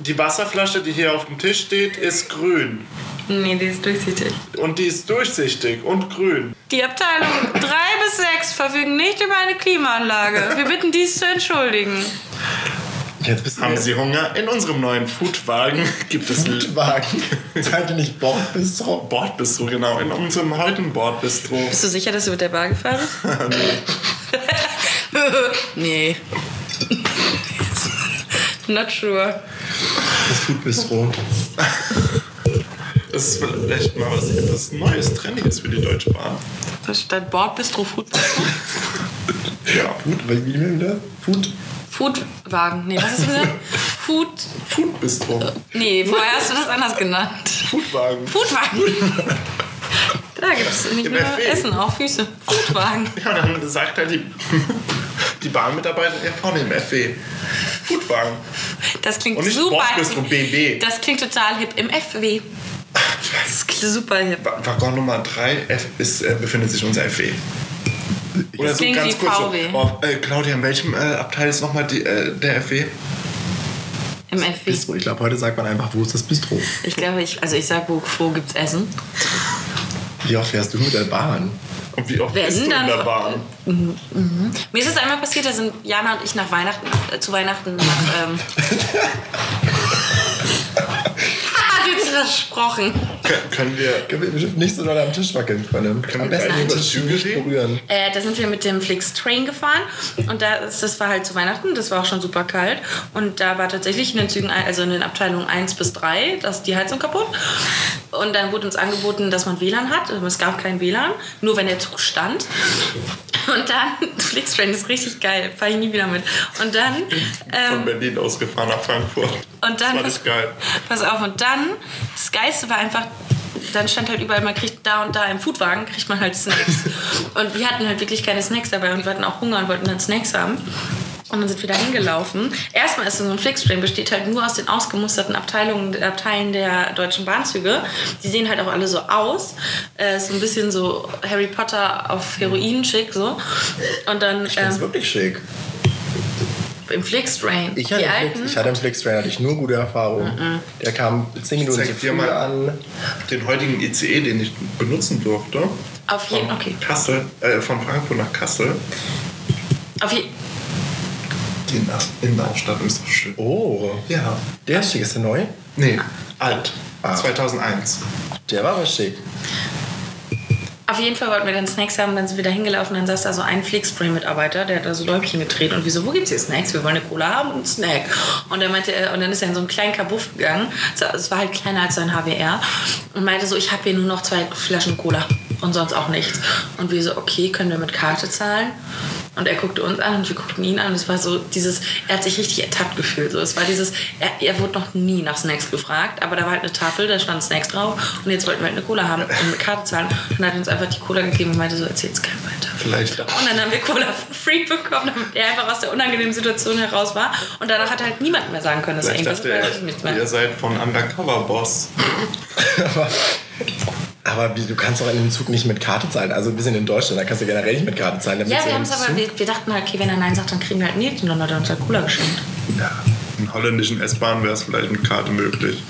Die Wasserflasche, die hier auf dem Tisch steht, ist grün. Nee, die ist durchsichtig. Und die ist durchsichtig und grün. Die Abteilung 3 bis 6 verfügen nicht über eine Klimaanlage. Wir bitten dies zu entschuldigen. Jetzt bist Haben du Sie Hunger? In unserem neuen Foodwagen gibt es L- Wagen. Seid ihr nicht Bord bist drauf? Bordbistro, genau. In unserem heutigen Bordbistro. Bist du sicher, dass du mit der Bar gefahren bist? nee. Not sure. Das Food Bistro. Das ist vielleicht mal was etwas Neues, Trendiges für die Deutsche Bahn. Statt Bordbistro Food. Ja. Food, weil wie nehmen wir wieder? Food? Foodwagen. Nee, was ist das? Food. Foodbistro. Nee, vorher hast du das anders genannt. Foodwagen. Foodwagen. Da gibt es nicht Im nur Buffet. Essen, auch Füße. Foodwagen. Ja, dann sagt halt die, die Bahnmitarbeiter ja vorne im FW. Foodwagen. Das klingt Und nicht super. Bordbistro BB. Das klingt total hip im FW. Das ist super hip. Wa- Waggon Nummer 3 F ist, äh, befindet sich unser FW. Oder klingt wie VW. oh, äh, Claudia, in welchem äh, Abteil ist nochmal die, äh, der FW? Im FW. Bistro. Ich glaube, heute sagt man einfach, wo ist das Bistro? Ich glaube, ich, also ich sag, wo, wo gibt's Essen? Wie oft fährst du mit der Bahn? Und wie oft Wenn, bist du in dann- der Bahn? Mir ist es einmal passiert, da sind Jana und ich nach Weihnachten, äh, zu Weihnachten nach. Ähm, ah, sie hat sich versprochen. Kö- Können wir Können wir bestimmt nicht so doll am Tisch wackeln können. Können Am wir besten beide über über das Züge Züge nicht reden? berühren. Äh, da sind wir mit dem Flix-Train gefahren und da, ist- das war halt zu Weihnachten, das war auch schon super kalt und da war tatsächlich in den Zügen, ein- also in den Abteilungen 1 bis 3, das, die Heizung kaputt und dann wurde uns angeboten, dass man WLAN hat, aber es gab kein WLAN, nur wenn der Zug stand und dann, Flix-Train ist richtig geil, fahre ich nie wieder mit und dann... von Ähm, Berlin ausgefahren nach Frankfurt? und Das dann, war das geil. pass auf, und dann, das Geiste war einfach, dann stand halt überall, man kriegt da und da im Foodwagen, kriegt man halt Snacks. und wir hatten halt wirklich keine Snacks dabei und wir hatten auch Hunger und wollten dann Snacks haben. Und dann sind wir da hingelaufen. Erstmal ist so ein Flixtrain, besteht halt nur aus den ausgemusterten Abteilungen, äh, Abteilen der deutschen Bahnzüge. Die sehen halt auch alle so aus. Äh, so ein bisschen so Harry Potter auf Heroin schick so. Und dann Das ist ähm, wirklich schick. im Flixtrain. Ich die hatte, einen alten. Mhm. Flix, ich hatte im Flixtrain hatte ich nur gute Erfahrungen. Der kam 10 Minuten zeig zu dir früh mal. an. Den heutigen ICE, den ich benutzen durfte. Auf jeden- Von okay. Kassel, äh, von Frankfurt nach Kassel. auf je Die in der Innenstadt ist so schön. Oh, Ja. der ist schick. Ist der neu? Nee, alt. Ah. 2001. Der war aber schick. Auf jeden Fall wollten wir dann Snacks haben, dann sind wir da hingelaufen, dann saß da so ein Flixspray-Mitarbeiter, der hat da so Däumchen gedreht und wir so, wo gibt's hier Snacks? Wir wollen eine Cola haben und einen Snack. Und dann meinte er, und dann ist er in so einen kleinen Kabuff gegangen, So, es war halt kleiner als sein HWR und meinte so, ich habe hier nur noch zwei Flaschen Cola und sonst auch nichts. Und wir so, okay, können wir mit Karte zahlen? Und er guckte uns an und wir guckten ihn an. Es war so dieses, er hat sich richtig ertappt gefühlt. So, es war dieses, er, er wurde noch nie nach Snacks gefragt, aber da war halt eine Tafel, da stand Snacks drauf und jetzt wollten wir halt eine Cola haben und eine Karte zahlen. Und dann hat er uns einfach die Cola gegeben und meinte so, erzähl's keinem weiter. Vielleicht. Und dann haben wir Cola free bekommen, damit er einfach aus der unangenehmen Situation heraus war. Und danach hat halt niemand mehr sagen können, dass er Vielleicht irgendwas dachte weiß ich nicht er, mehr. ihr seid von Undercover Boss. Aber, aber wie, du kannst auch in dem Zug nicht mit Karte zahlen. Also ein bisschen in Deutschland, da kannst du generell nicht mit Karte zahlen. Da Ja, bist du wir im haben es aber, Zug. wir, wir dachten halt, okay, wenn er Nein sagt, dann kriegen wir halt Nilton und hat uns halt Cola geschenkt. Ja. In holländischen S-Bahnen wäre es vielleicht mit Karte möglich.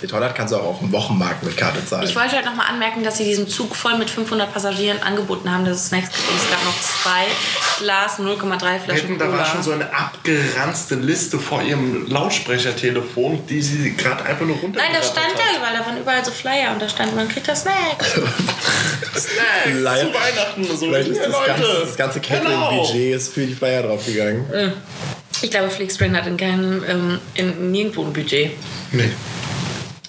In Holland kannst du auch auf dem Wochenmarkt mit Karte zahlen. Ich wollte halt nochmal anmerken, dass sie diesen Zug voll mit 500 Passagieren angeboten haben, dass es Snacks gibt. Und es gab noch zwei Glas, 0,3 Wir Flaschen hätten, da Cola. war schon so eine abgeranzte Liste vor ihrem Lautsprechertelefon, die sie gerade einfach nur runter. Nein, das stand da überall. Da waren überall so Flyer und da stand, man kriegt da Snacks. Snacks, zu Vielleicht- Weihnachten so. Vielleicht ist Ja, das ganze, das ganze Hm, genau. Catering-Budget ist für die Feier draufgegangen. Ich glaube, Flixtrain hat in keinem, ähm, in nirgendwo ein Budget. Nee.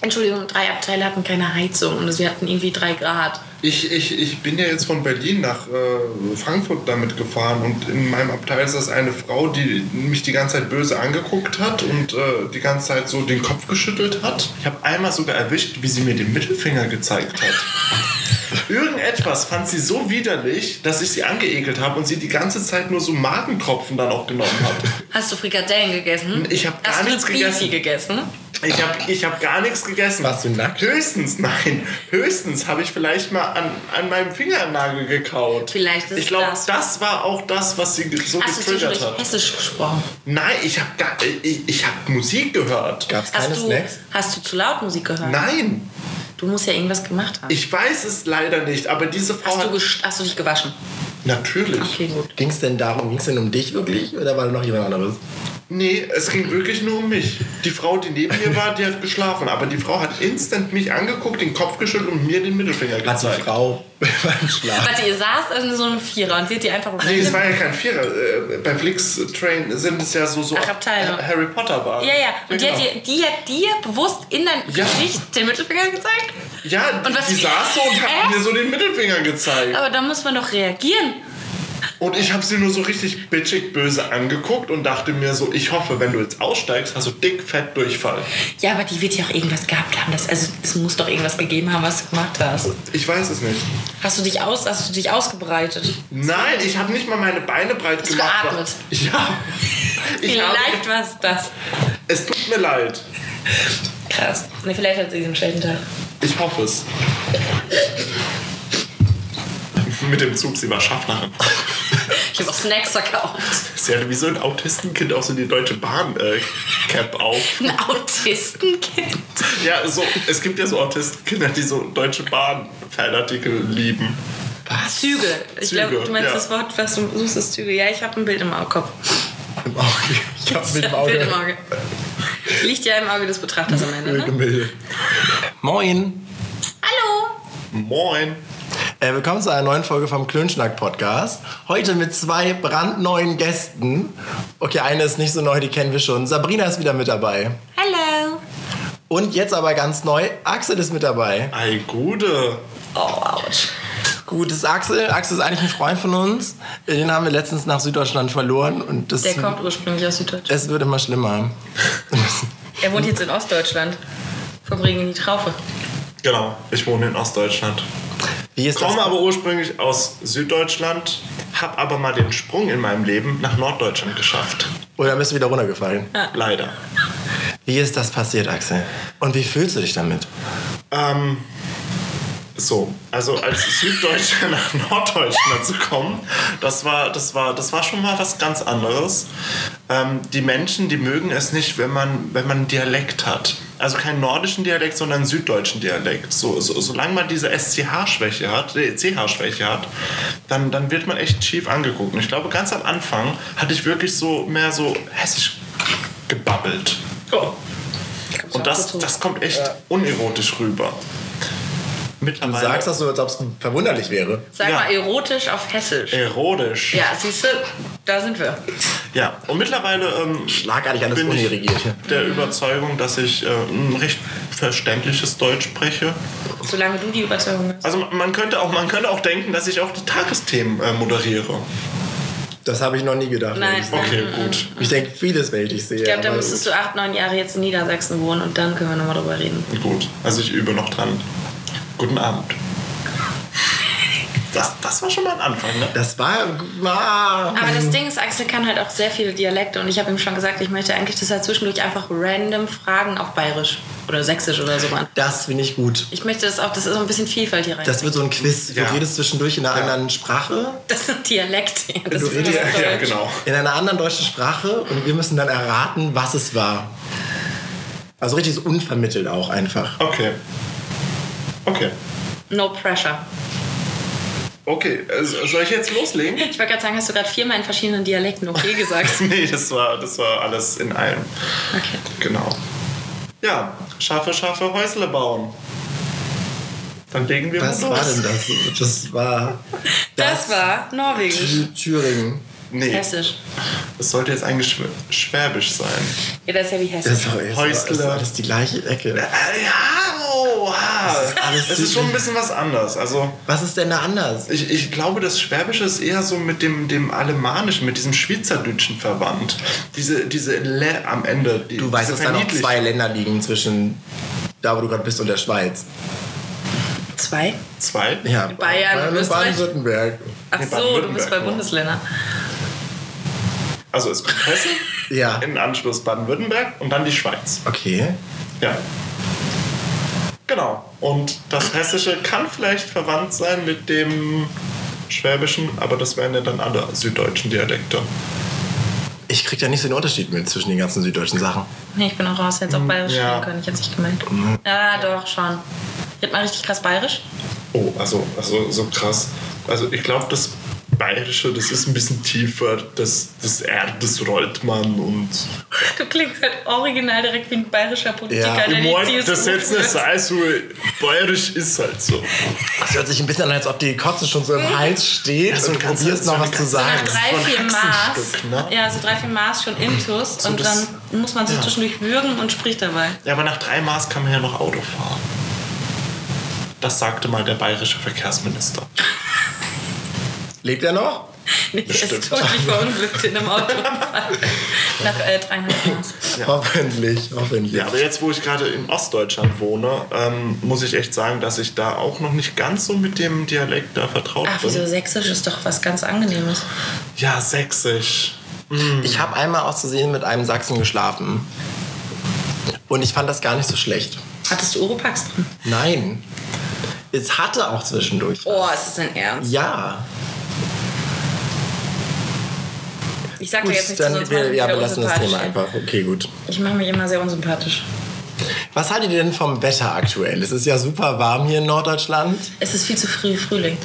Entschuldigung, drei Abteile hatten keine Heizung und wir hatten irgendwie drei Grad. Ich, ich, ich bin ja jetzt von Berlin nach äh, Frankfurt damit gefahren und in meinem Abteil ist das eine Frau, die mich die ganze Zeit böse angeguckt hat und äh, die ganze Zeit so den Kopf geschüttelt hat. Ich habe einmal sogar erwischt, wie sie mir den Mittelfinger gezeigt hat. Irgendetwas fand sie so widerlich, dass ich sie angeekelt habe und sie die ganze Zeit nur so Magentropfen dann auch genommen hat. Hast du Frikadellen gegessen? Ich hab gar Hast nichts du Beefy gegessen. gegessen? Ich habe ich hab gar nichts gegessen. Warst du nackt? Höchstens, nein. Höchstens habe ich vielleicht mal an, an meinem Fingernagel gekaut. Vielleicht ist Ich glaube, das- das war auch das, was sie ge- so Hast du getriggert zwischendurch hat. hessisch gesprochen? Nein, ich habe gar, ich, ich hab Musik gehört. Gab es keine Hast du, Snacks? hast du zu laut Musik gehört? Nein, Du musst ja irgendwas gemacht haben. ich weiß es leider nicht, aber diese Frau hast, du hat... gesch- hast du dich gewaschen? Natürlich. Okay, gut. Ging es denn darum, ging es denn um dich wirklich oder war da noch jemand anderes? Nee, es ging wirklich nur um mich. Die Frau, die neben mir war, die hat geschlafen. Aber die Frau hat instant mich angeguckt, den Kopf geschüttelt und mir den Mittelfinger Hat die gezeigt. Frau beim Schlaf. Warte, ihr saßt also in so einem Vierer und sie hat dir einfach Nee, es war ja kein Vierer. Äh, Bei Flix Train sind es ja so, so Ach, Abteilung. Ha- Harry Potter war. Ja, ja. Und die, genau. hat dir, die hat dir bewusst in dein Ja. Gesicht den Mittelfinger gezeigt? ja Und was- die saß so und hat Hä? mir so den Mittelfinger gezeigt. Aber da muss man doch reagieren. Und ich habe sie nur so richtig bitchig böse angeguckt und dachte mir so, ich hoffe, wenn du jetzt aussteigst, hast du dick fett Durchfall. Ja, aber die wird ja auch irgendwas gehabt haben. Das, also, es muss doch irgendwas gegeben haben, was du gemacht hast. Ich weiß es nicht. Hast du dich, aus, hast du dich ausgebreitet? Nein, ich habe nicht mal meine Beine breit Hast du gemacht. geatmet? Ja. Ich habe- Vielleicht war es das. Es tut mir leid. Krass. Nee, vielleicht hat sie diesen schlechten Tag. Ich hoffe es. Mit dem Zug, sie war Schaffnerin. Ich habe auch Snacks verkauft. Sie hatte wie so ein Autistenkind auch so die Deutsche Bahn-Cap auf. Ein Autistenkind. Ja, so, es gibt ja so Autistenkinder, die so Deutsche Bahn-Fanartikel lieben. Züge. Ich Züge, glaube, du meinst ja. das Wort, was du suchst, ist Züge. Ja, ich habe ein Bild im Au- Kopf. Im Auge. Ich hab Ich mit dem hab ein Bild im Auge Auge. Liegt ja im Auge des Betrachters am Ende, ne? Ölgemälde. Moin. Hallo! Moin. Äh, willkommen zu einer neuen Folge vom Klönschnack-Podcast. Heute mit zwei brandneuen Gästen. Okay, eine ist nicht so neu, die kennen wir schon. Sabrina ist wieder mit dabei. Hallo! Und jetzt aber ganz neu, Axel ist mit dabei. Ei, Gude. Oh, ouch. Gut, das ist Axel. Axel ist eigentlich ein Freund von uns. Den haben wir letztens nach Süddeutschland verloren. Und das, Der kommt ursprünglich aus Süddeutschland. es wird immer schlimmer. Er wohnt jetzt in Ostdeutschland. Vom Regen in die Traufe. Genau, ich wohne in Ostdeutschland. Wie ist das? Komme aber ursprünglich aus Süddeutschland, habe aber mal den Sprung in meinem Leben nach Norddeutschland geschafft. Oder Oh, bist du wieder runtergefallen? Leider. Wie ist das passiert, Axel? Und wie fühlst du dich damit? Ähm, so, also als Süddeutscher nach Norddeutschland zu kommen, das war, das war, das war schon mal was ganz anderes. Ähm, die Menschen, die mögen es nicht, wenn man, wenn man einen Dialekt hat. Also keinen nordischen Dialekt, sondern einen süddeutschen Dialekt. So, so, solange man diese SCH-Schwäche hat, äh, CH-Schwäche hat, dann, dann wird man echt schief angeguckt. Und ich glaube, ganz am Anfang hatte ich wirklich so mehr so hessisch gebabbelt. Oh. Und das, das kommt echt unerotisch rüber. Du Mittlerweile. sagst das so, als ob es verwunderlich wäre. Sag ja. mal erotisch auf Hessisch. Erotisch. Ja, siehst du, da sind wir. Ja, und mittlerweile ähm, Schlagartig an das bin Uni ich regiert. hier. der Überzeugung, dass ich äh, ein recht verständliches Deutsch spreche. Solange du die Überzeugung hast. Also man könnte auch, man könnte auch denken, dass ich auch die Tagesthemen äh, moderiere. Das habe ich noch nie gedacht. Nein. ehrlich gesagt. Mhm. Okay, gut. Ich denke vieles, wenn ich dich sehe. Ich glaube, da aber- müsstest du acht, neun Jahre jetzt in Niedersachsen wohnen und dann können wir nochmal drüber reden. Gut. Also ich übe noch dran. Guten Abend. Das, das war schon mal ein Anfang, ne? das war... Ah. Aber das Ding ist, Axel kann halt auch sehr viele Dialekte und ich habe ihm schon gesagt, ich möchte eigentlich, dass er zwischendurch einfach random Fragen auf Bayerisch oder Sächsisch oder so beantwortet. Das finde ich gut. Ich möchte das auch, das ist so ein bisschen Vielfalt hier rein. Das, Das wird so ein Quiz. Ja. Du redest zwischendurch in einer anderen Sprache, sind Dialekte. Das Du ist redest- das Ja, Deutsch. genau. in einer anderen deutschen Sprache und wir müssen dann erraten, was es war. Also richtig so unvermittelt auch einfach. Okay. Okay. No pressure. Okay, äh, soll ich jetzt loslegen? Ich wollte gerade sagen, hast du gerade viermal in verschiedenen Dialekten okay gesagt. nee, das war, das war alles in einem. Okay. Genau. Ja, scharfe, scharfe Häusle bauen. Dann legen wir Was mal war los. denn das? Das war... Das war Norwegisch. Thüringen. Nee, Hessisch. es sollte jetzt eigentlich Schw Schwäbisch sein. Ja, das ist ja wie Hessisch. Das war, das Häusle. war, das ist die gleiche Ecke. Äh, Ja, oha. alles Es ist südlich. schon ein bisschen was anders. Also, Was ist denn da anders? ich, ich glaube, das Schwäbische ist eher so mit dem, dem Alemannischen, mit diesem Schweizerdütschen verwandt. Diese, diese Le am Ende. Die, Du weißt, diese dass da noch verniedlich- zwei Länder liegen zwischen da, wo du gerade bist, und der Schweiz. Zwei. Zwei? Ja, Bayern und Österreich. Baden-Württemberg. Ach Nee, so, du bist Baden-Württemberg, bei ne? Bundesländern. Also es kommt Hessen, Ja. in Anschluss Baden-Württemberg und dann die Schweiz. Okay. Ja. Genau. Und das Hessische kann vielleicht verwandt sein mit dem Schwäbischen, aber das wären ja dann alle süddeutschen Dialekte. Ich krieg da nicht so den Unterschied mit zwischen den ganzen süddeutschen Sachen. Nee, ich bin auch raus. Hätte es auch bayerisch Ja. spielen können. Ich hätte es nicht gemerkt. Ja, doch, schon. Red mal richtig krass bayerisch. Oh, also, also so krass. Also ich glaube, das Bayerische, das ist ein bisschen tiefer. Das, das R, das rollt man und... Du klingst halt original direkt wie ein bayerischer Politiker, Ja. der Moin, die CSU das jetzt nicht führt. sei so. Bayerisch ist halt so. Das hört sich ein bisschen an, als ob die Kotze schon so Mhm. im Hals steht so und eine ganze- probierst so noch eine was zu ganze- sagen. Nach drei, so ein vier Maß. Hexenstück, ne? Ja, so drei, vier Maß schon Intus. und das- dann muss man so ja. zwischendurch würgen und spricht dabei. Ja, aber nach drei Maß kann man ja noch Auto fahren. Das sagte mal der bayerische Verkehrsminister. Lebt er noch? Nee, er stimmt. ist tödlich verunglückt in einem Autounfall. Nach äh, dreieinhalb Maß. Hoffentlich, hoffentlich. Ja, aber jetzt, wo ich gerade in Ostdeutschland wohne, ähm, muss ich echt sagen, dass ich da auch noch nicht ganz so mit dem Dialekt da vertraut Ach, Ah, wieso? bin. Sächsisch ist doch was ganz Angenehmes. Ja, sächsisch. Ich habe einmal aus Versehen mit einem Sachsen geschlafen. Und ich fand das gar nicht so schlecht. Hattest du Oropax drin? Nein. Es hatte auch zwischendurch. Oh, ist das denn ernst? Ja. Ich sag dir Gut, jetzt nichts, dann sonst wir, wir, ja, wir lassen das Thema einfach. Okay, gut. Ich mache mich immer sehr unsympathisch. Was haltet ihr denn vom Wetter aktuell? Es ist ja super warm hier in Norddeutschland. Es ist viel zu früh Frühling.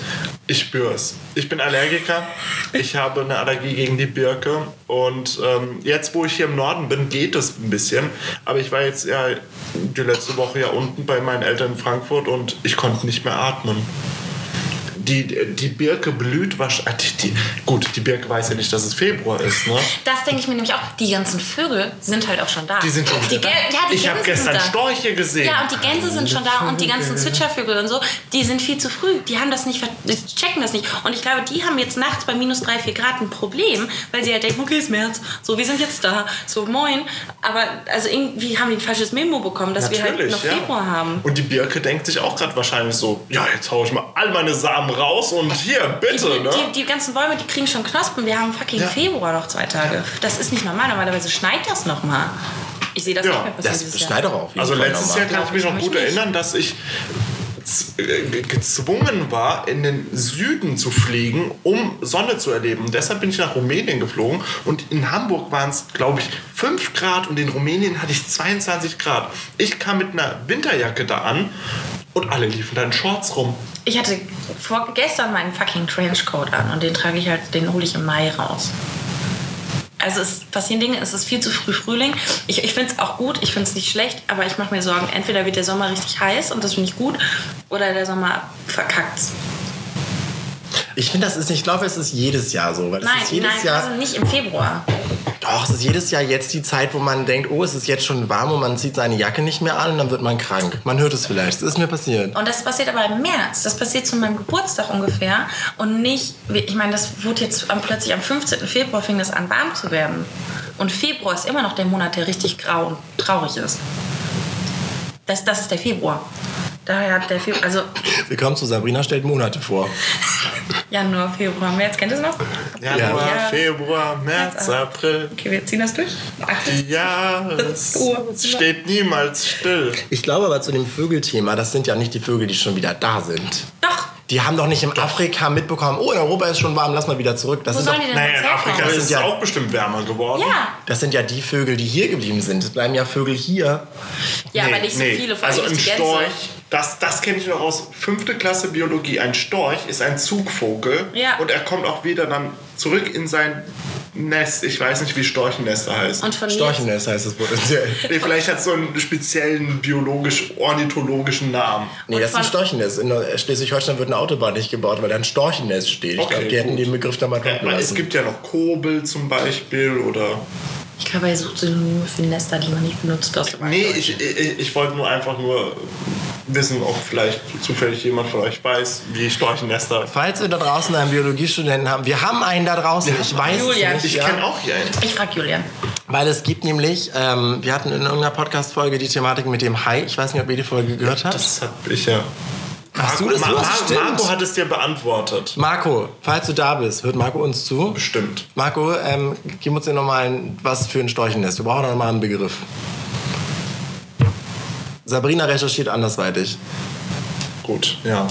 Ich spüre es. Ich bin Allergiker. Ich habe eine Allergie gegen die Birke. Und ähm, jetzt, wo ich hier im Norden bin, geht es ein bisschen. Aber ich war jetzt ja die letzte Woche ja unten bei meinen Eltern in Frankfurt und ich konnte nicht mehr atmen. Die, die Birke blüht wahrscheinlich. Die, die, gut, die Birke weiß ja nicht, dass es Februar ist, ne? Das denke ich mir nämlich auch. Die ganzen Vögel sind halt auch schon da. Die sind schon die wieder Gä- da. Ja, die Ich habe Gänse sind gestern da. Storche gesehen. Ja, und die Gänse sind schon da und die ganzen Zwitschervögel und so, die sind viel zu früh. Die haben das nicht, ver- die checken das nicht. Und ich glaube, die haben jetzt nachts bei minus drei, vier Grad ein Problem, weil sie halt denken, okay, ist März, so, wir sind jetzt da, so, moin. Aber also irgendwie haben die ein falsches Memo bekommen, dass wir halt noch Februar haben. Und die Birke denkt sich auch gerade wahrscheinlich so: Ja, jetzt hau ich mal all meine Samen raus und hier, bitte, die, ne? die, die ganzen Bäume, die kriegen schon Knospen. Wir haben fucking Ja. Februar noch zwei Tage. Das ist nicht normal. Normalerweise schneit das nochmal. Ich sehe das Ja, nicht mehr passieren Das dieses schneit Jahr. doch auf jeden Also Fall letztes nochmal. Jahr kann ich mich noch gut erinnern, dass ich z- äh, gezwungen war, in den Süden zu fliegen, um Sonne zu erleben. Deshalb bin ich nach Rumänien geflogen und in Hamburg waren es, glaube ich, 5 Grad und in Rumänien hatte ich 22 Grad. Ich kam mit einer Winterjacke da an und alle liefen da in Shorts rum. Ich hatte vor, gestern meinen fucking Trenchcoat an und den trage ich halt, den hole ich im Mai raus. Also es passieren Dinge, es ist viel zu früh Frühling. Ich, ich finde es auch gut, ich finde es nicht schlecht, aber ich mache mir Sorgen, entweder wird der Sommer richtig heiß und das finde ich gut, oder der Sommer verkackt. Ich finde, das ist nicht, ich glaube, es ist jedes Jahr so. Weil Nein, es ist nein, jedes Jahr, also nicht im Februar. doch, es ist jedes Jahr jetzt die Zeit, wo man denkt, oh, es ist jetzt schon warm und man zieht seine Jacke nicht mehr an und dann wird man krank. Man hört es vielleicht. Es ist mir passiert. Und das passiert aber im März. Das passiert zu meinem Geburtstag ungefähr. Und nicht, ich meine, das wurde jetzt am, plötzlich am 15. Februar fing das an, warm zu werden. Und Februar ist immer noch der Monat, der richtig grau und traurig ist. Das, das ist der Februar. Daher hat der Februar, also Willkommen zu Sabrina stellt Monate vor. Januar, Februar, März, kennt ihr das noch? Januar, Ja. Februar, März, März, April. Okay, wir ziehen das durch. Ach, Die Jahresuhr Uhr. steht niemals still. Ich glaube aber zu dem Vögelthema, das sind ja nicht die Vögel, die schon wieder da sind. Doch, Die haben doch nicht in Afrika mitbekommen, oh, in Europa ist schon warm, lass mal wieder zurück. Das, wo sind doch, sollen die denn Naja, jetzt in Afrika herkommen? ist es ja- auch bestimmt wärmer geworden. Ja, das sind ja die Vögel, die hier geblieben sind. Es bleiben ja Vögel hier. ja Nee, aber nicht so nee. viele, vor allem Also ein nicht die Gänse. Storch, das, das kenne ich noch aus fünfte Klasse Biologie. Ein Storch ist ein Zugvogel Ja. und er kommt auch wieder dann zurück in sein Nest. Ich weiß nicht, wie Storchennester heißen. Und von mir Storchennest heißt es potenziell. Nee, vielleicht hat es so einen speziellen biologisch-ornithologischen Namen. Nee, Und das ist ein von- Storchennest. In äh, Schleswig-Holstein wird eine Autobahn nicht gebaut, weil da ein Storchennest steht. Ich Okay, glaube, die hätten gut. den Begriff da mal Ja, droppen weil es lassen. gibt ja noch Kobel zum Beispiel oder. Ich glaube, er sucht Synonyme für Nester, die man nicht benutzt. Aus dem Nee, ich, ich, ich wollte nur einfach nur wissen, ob vielleicht zufällig jemand von euch weiß, wie Storchennester. Falls wir da draußen einen Biologiestudenten haben, wir haben einen da draußen, ich weiß Julian. es nicht. Ich kenne auch hier einen. Ich frage Julian. Weil es gibt nämlich, ähm, wir hatten in irgendeiner Podcast-Folge die Thematik mit dem Hai. Ich weiß nicht, ob ihr die Folge gehört habt. Das habe ich ja Hast du das? Du hast Mar bestimmt. Marco hat es dir beantwortet. Marco, falls du da bist, hört Marco uns zu. Bestimmt. Marco, ähm, gib uns den normalen, was für ein Storchen ist. Wir brauchen noch mal einen Begriff. Sabrina recherchiert andersweitig. Gut, ja.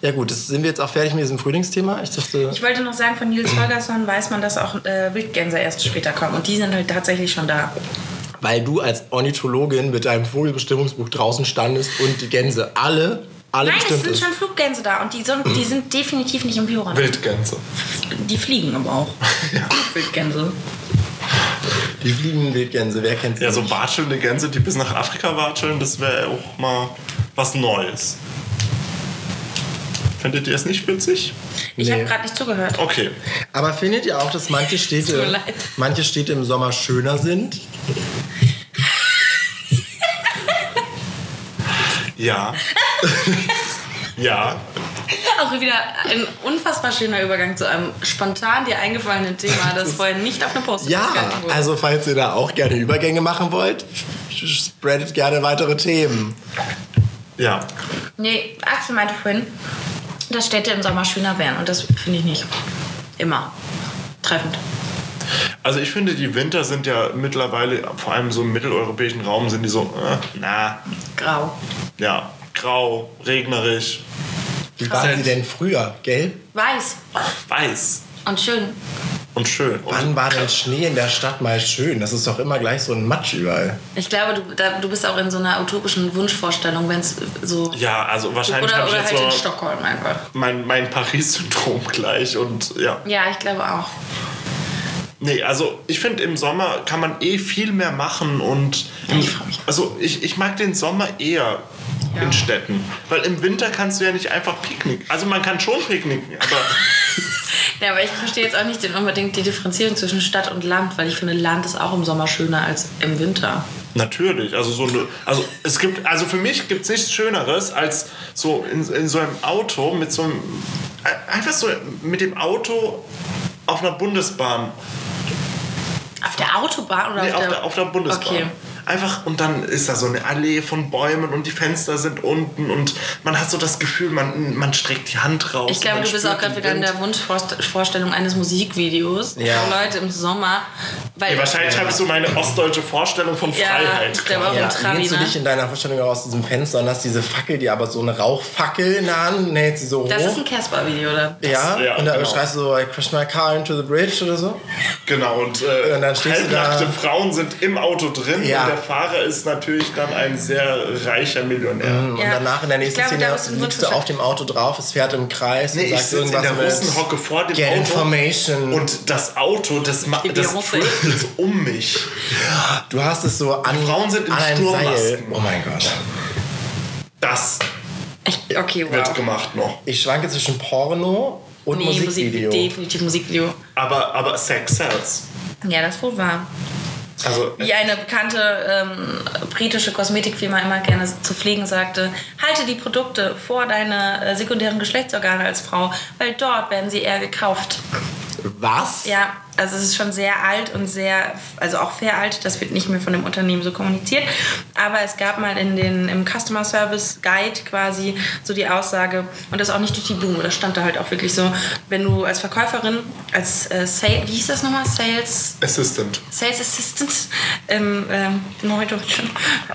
Ja gut, das sind wir jetzt auch fertig mit diesem Frühlingsthema? Ich dachte, Ich wollte noch sagen, von Nils Holgersson weiß man, dass auch äh, Wildgänse erst später kommen. Und die sind halt tatsächlich schon da. weil du als Ornithologin mit deinem Vogelbestimmungsbuch draußen standest und die Gänse alle, alle Nein, es bestimmt sind ist. schon Fluggänse da und die sind, die sind definitiv nicht im Biorand. Wildgänse. Die fliegen aber auch. Ja. Wildgänse. Die fliegenden Wildgänse, wer kennt sie? ja, so nicht? watschelnde Gänse, die bis nach Afrika watscheln, das wäre auch mal was Neues. Findet ihr es nicht witzig? Ich Nee. habe gerade nicht zugehört. Okay. Aber findet ihr auch, dass manche Tut mir Städte, leid. manche Städte im Sommer schöner sind? Ja. ja. Auch wieder ein unfassbar schöner Übergang zu einem spontan dir eingefallenen Thema, das vorher nicht auf eine Post Ja, also falls ihr da auch gerne Übergänge machen wollt, spreadet gerne weitere Themen. Ja. Nee, Axel meinte vorhin, dass Städte im Sommer schöner wären. Und das finde ich nicht. Immer. Treffend. Also ich finde, die Winter sind ja mittlerweile, vor allem so im mitteleuropäischen Raum, sind die so, äh, na, Grau. ja, grau, regnerisch, Wie waren sie denn früher, gell? Weiß weiß und schön. und schön. Und Wann war denn Schnee in der Stadt mal schön? Das ist doch immer gleich so ein Matsch überall. Ich glaube, du, da, du bist auch in so einer utopischen Wunschvorstellung, wenn es so. ja, also wahrscheinlich oder habe oder ich halt in jetzt so Stockholm einfach. mein, mein Paris-Syndrom gleich und ja. Ja, ich glaube auch. Nee, also ich finde, im Sommer kann man eh viel mehr machen und. Ja, ich freu mich. Also ich, ich mag den Sommer eher Ja. in Städten. Weil im Winter kannst du ja nicht einfach picknicken. Also man kann schon picknicken, aber Ja, aber ich verstehe jetzt auch nicht den, unbedingt die Differenzierung zwischen Stadt und Land, weil ich finde, Land ist auch im Sommer schöner als im Winter. natürlich. Also so eine. Also es gibt, also für mich gibt es nichts Schöneres, als so in, in so einem Auto mit so einem. äh, Einfach so mit dem Auto auf einer Bundesbahn Auf der Autobahn oder Nee, auf, auf, der, der, auf der Bundesbahn. Okay. Einfach, und dann ist da so eine Allee von Bäumen und die Fenster sind unten und man hat so das Gefühl, man, man streckt die Hand raus. Ich glaube, man du bist spürt auch gerade den wieder in Wind. der Wunschvorstellung eines Musikvideos. Ja. Wo Leute im Sommer. Weil Ey, wahrscheinlich habe ich so meine ostdeutsche Vorstellung von Ja, Freiheit. der war- gerade. Ja, Ja, Trabi, lehnst du ne? dich in deiner Vorstellung auch aus diesem Fenster und hast diese Fackel, die aber so eine Rauchfackel in der Hand und hält sie so hoch. Das ist ein Casper-Video, oder? ja, Ja, und da genau. schreist du so, I crashed my car into the bridge oder so. Genau, und, äh, Und dann stehst du da- halbnackte Frauen sind im Auto drin Ja. und der Fahrer ist natürlich dann ein sehr reicher Millionär. Und danach in der nächsten Ich glaube, da Szene bist du ein liegst du Wunschvorstellung. auf dem Auto drauf, es fährt im Kreis Nee, und ich sagt sitze in irgendwas der mit Russenhocke vor dem Get Auto information. und das Auto, das, ma- bin das Russe. driftet um mich. du hast es so an, Frauen sind in an einem Seil. Sturmmasken. Oh mein Gott. Das Ich, okay, wow. wird gemacht noch. Ich schwanke zwischen Porno und Nee, Musikvideo. Musik, definitiv Musikvideo. Aber, aber Sex sells. Ja, das ist wohl wahr. Also, Wie eine bekannte ähm, britische Kosmetikfirma immer gerne zu pflegen sagte, halte die Produkte vor deine äh, sekundären Geschlechtsorgane als Frau, weil dort werden sie eher gekauft. Was? Ja, also es ist schon sehr alt und sehr, also auch veraltet, das wird nicht mehr von dem Unternehmen so kommuniziert. Aber es gab mal in den, im Customer Service Guide quasi so die Aussage, und das auch nicht durch die Blume, das stand da halt auch wirklich so, wenn du als Verkäuferin, als äh, Sales, wie hieß das nochmal, Sales, Assistant. Sales Assistant, ähm, ähm, Neudeutsch,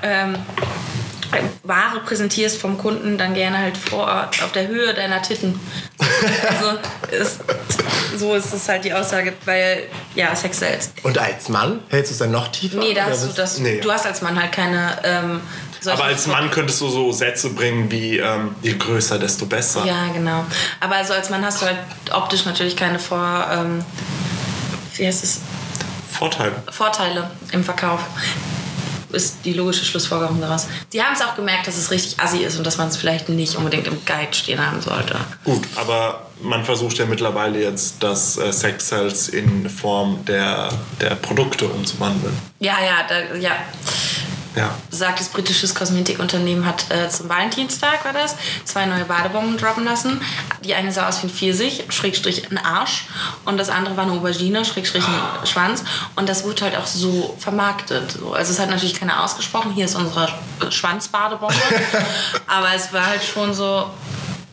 ähm, Ware präsentierst vom Kunden, dann gerne halt vor Ort auf der Höhe deiner Titten. Also ist, so ist es halt die Aussage, weil ja, Sex selbst. Und als Mann hältst du es dann noch tiefer? Nee, da Oder hast du bist- das. nee. Du hast als Mann halt keine. Ähm, solche Aber als Mann könntest du so Sätze bringen wie ähm, je größer, desto besser. Ja, genau. Aber also als Mann hast du halt optisch natürlich keine Vor. Ähm, wie heißt es? Vorteil. Vorteile im Verkauf. Ist die logische Schlussfolgerung daraus. Sie haben es auch gemerkt, dass es richtig assi ist und dass man es vielleicht nicht unbedingt im Guide stehen haben sollte. Gut, aber man versucht ja mittlerweile jetzt das äh, Sex Sales in Form der, der Produkte umzuwandeln. Ja, ja, da, ja. Ja. Besagtes britisches Kosmetikunternehmen hat äh, zum Valentinstag, war das, zwei neue Badebomben droppen lassen. Die eine sah aus wie ein Pfirsich, Schrägstrich ein Arsch. Und das andere war eine Aubergine, Schrägstrich ein Schwanz. Und das wurde halt auch so vermarktet. So. Also es hat natürlich keiner ausgesprochen, hier ist unsere äh, Schwanzbadebombe. Aber es war halt schon so,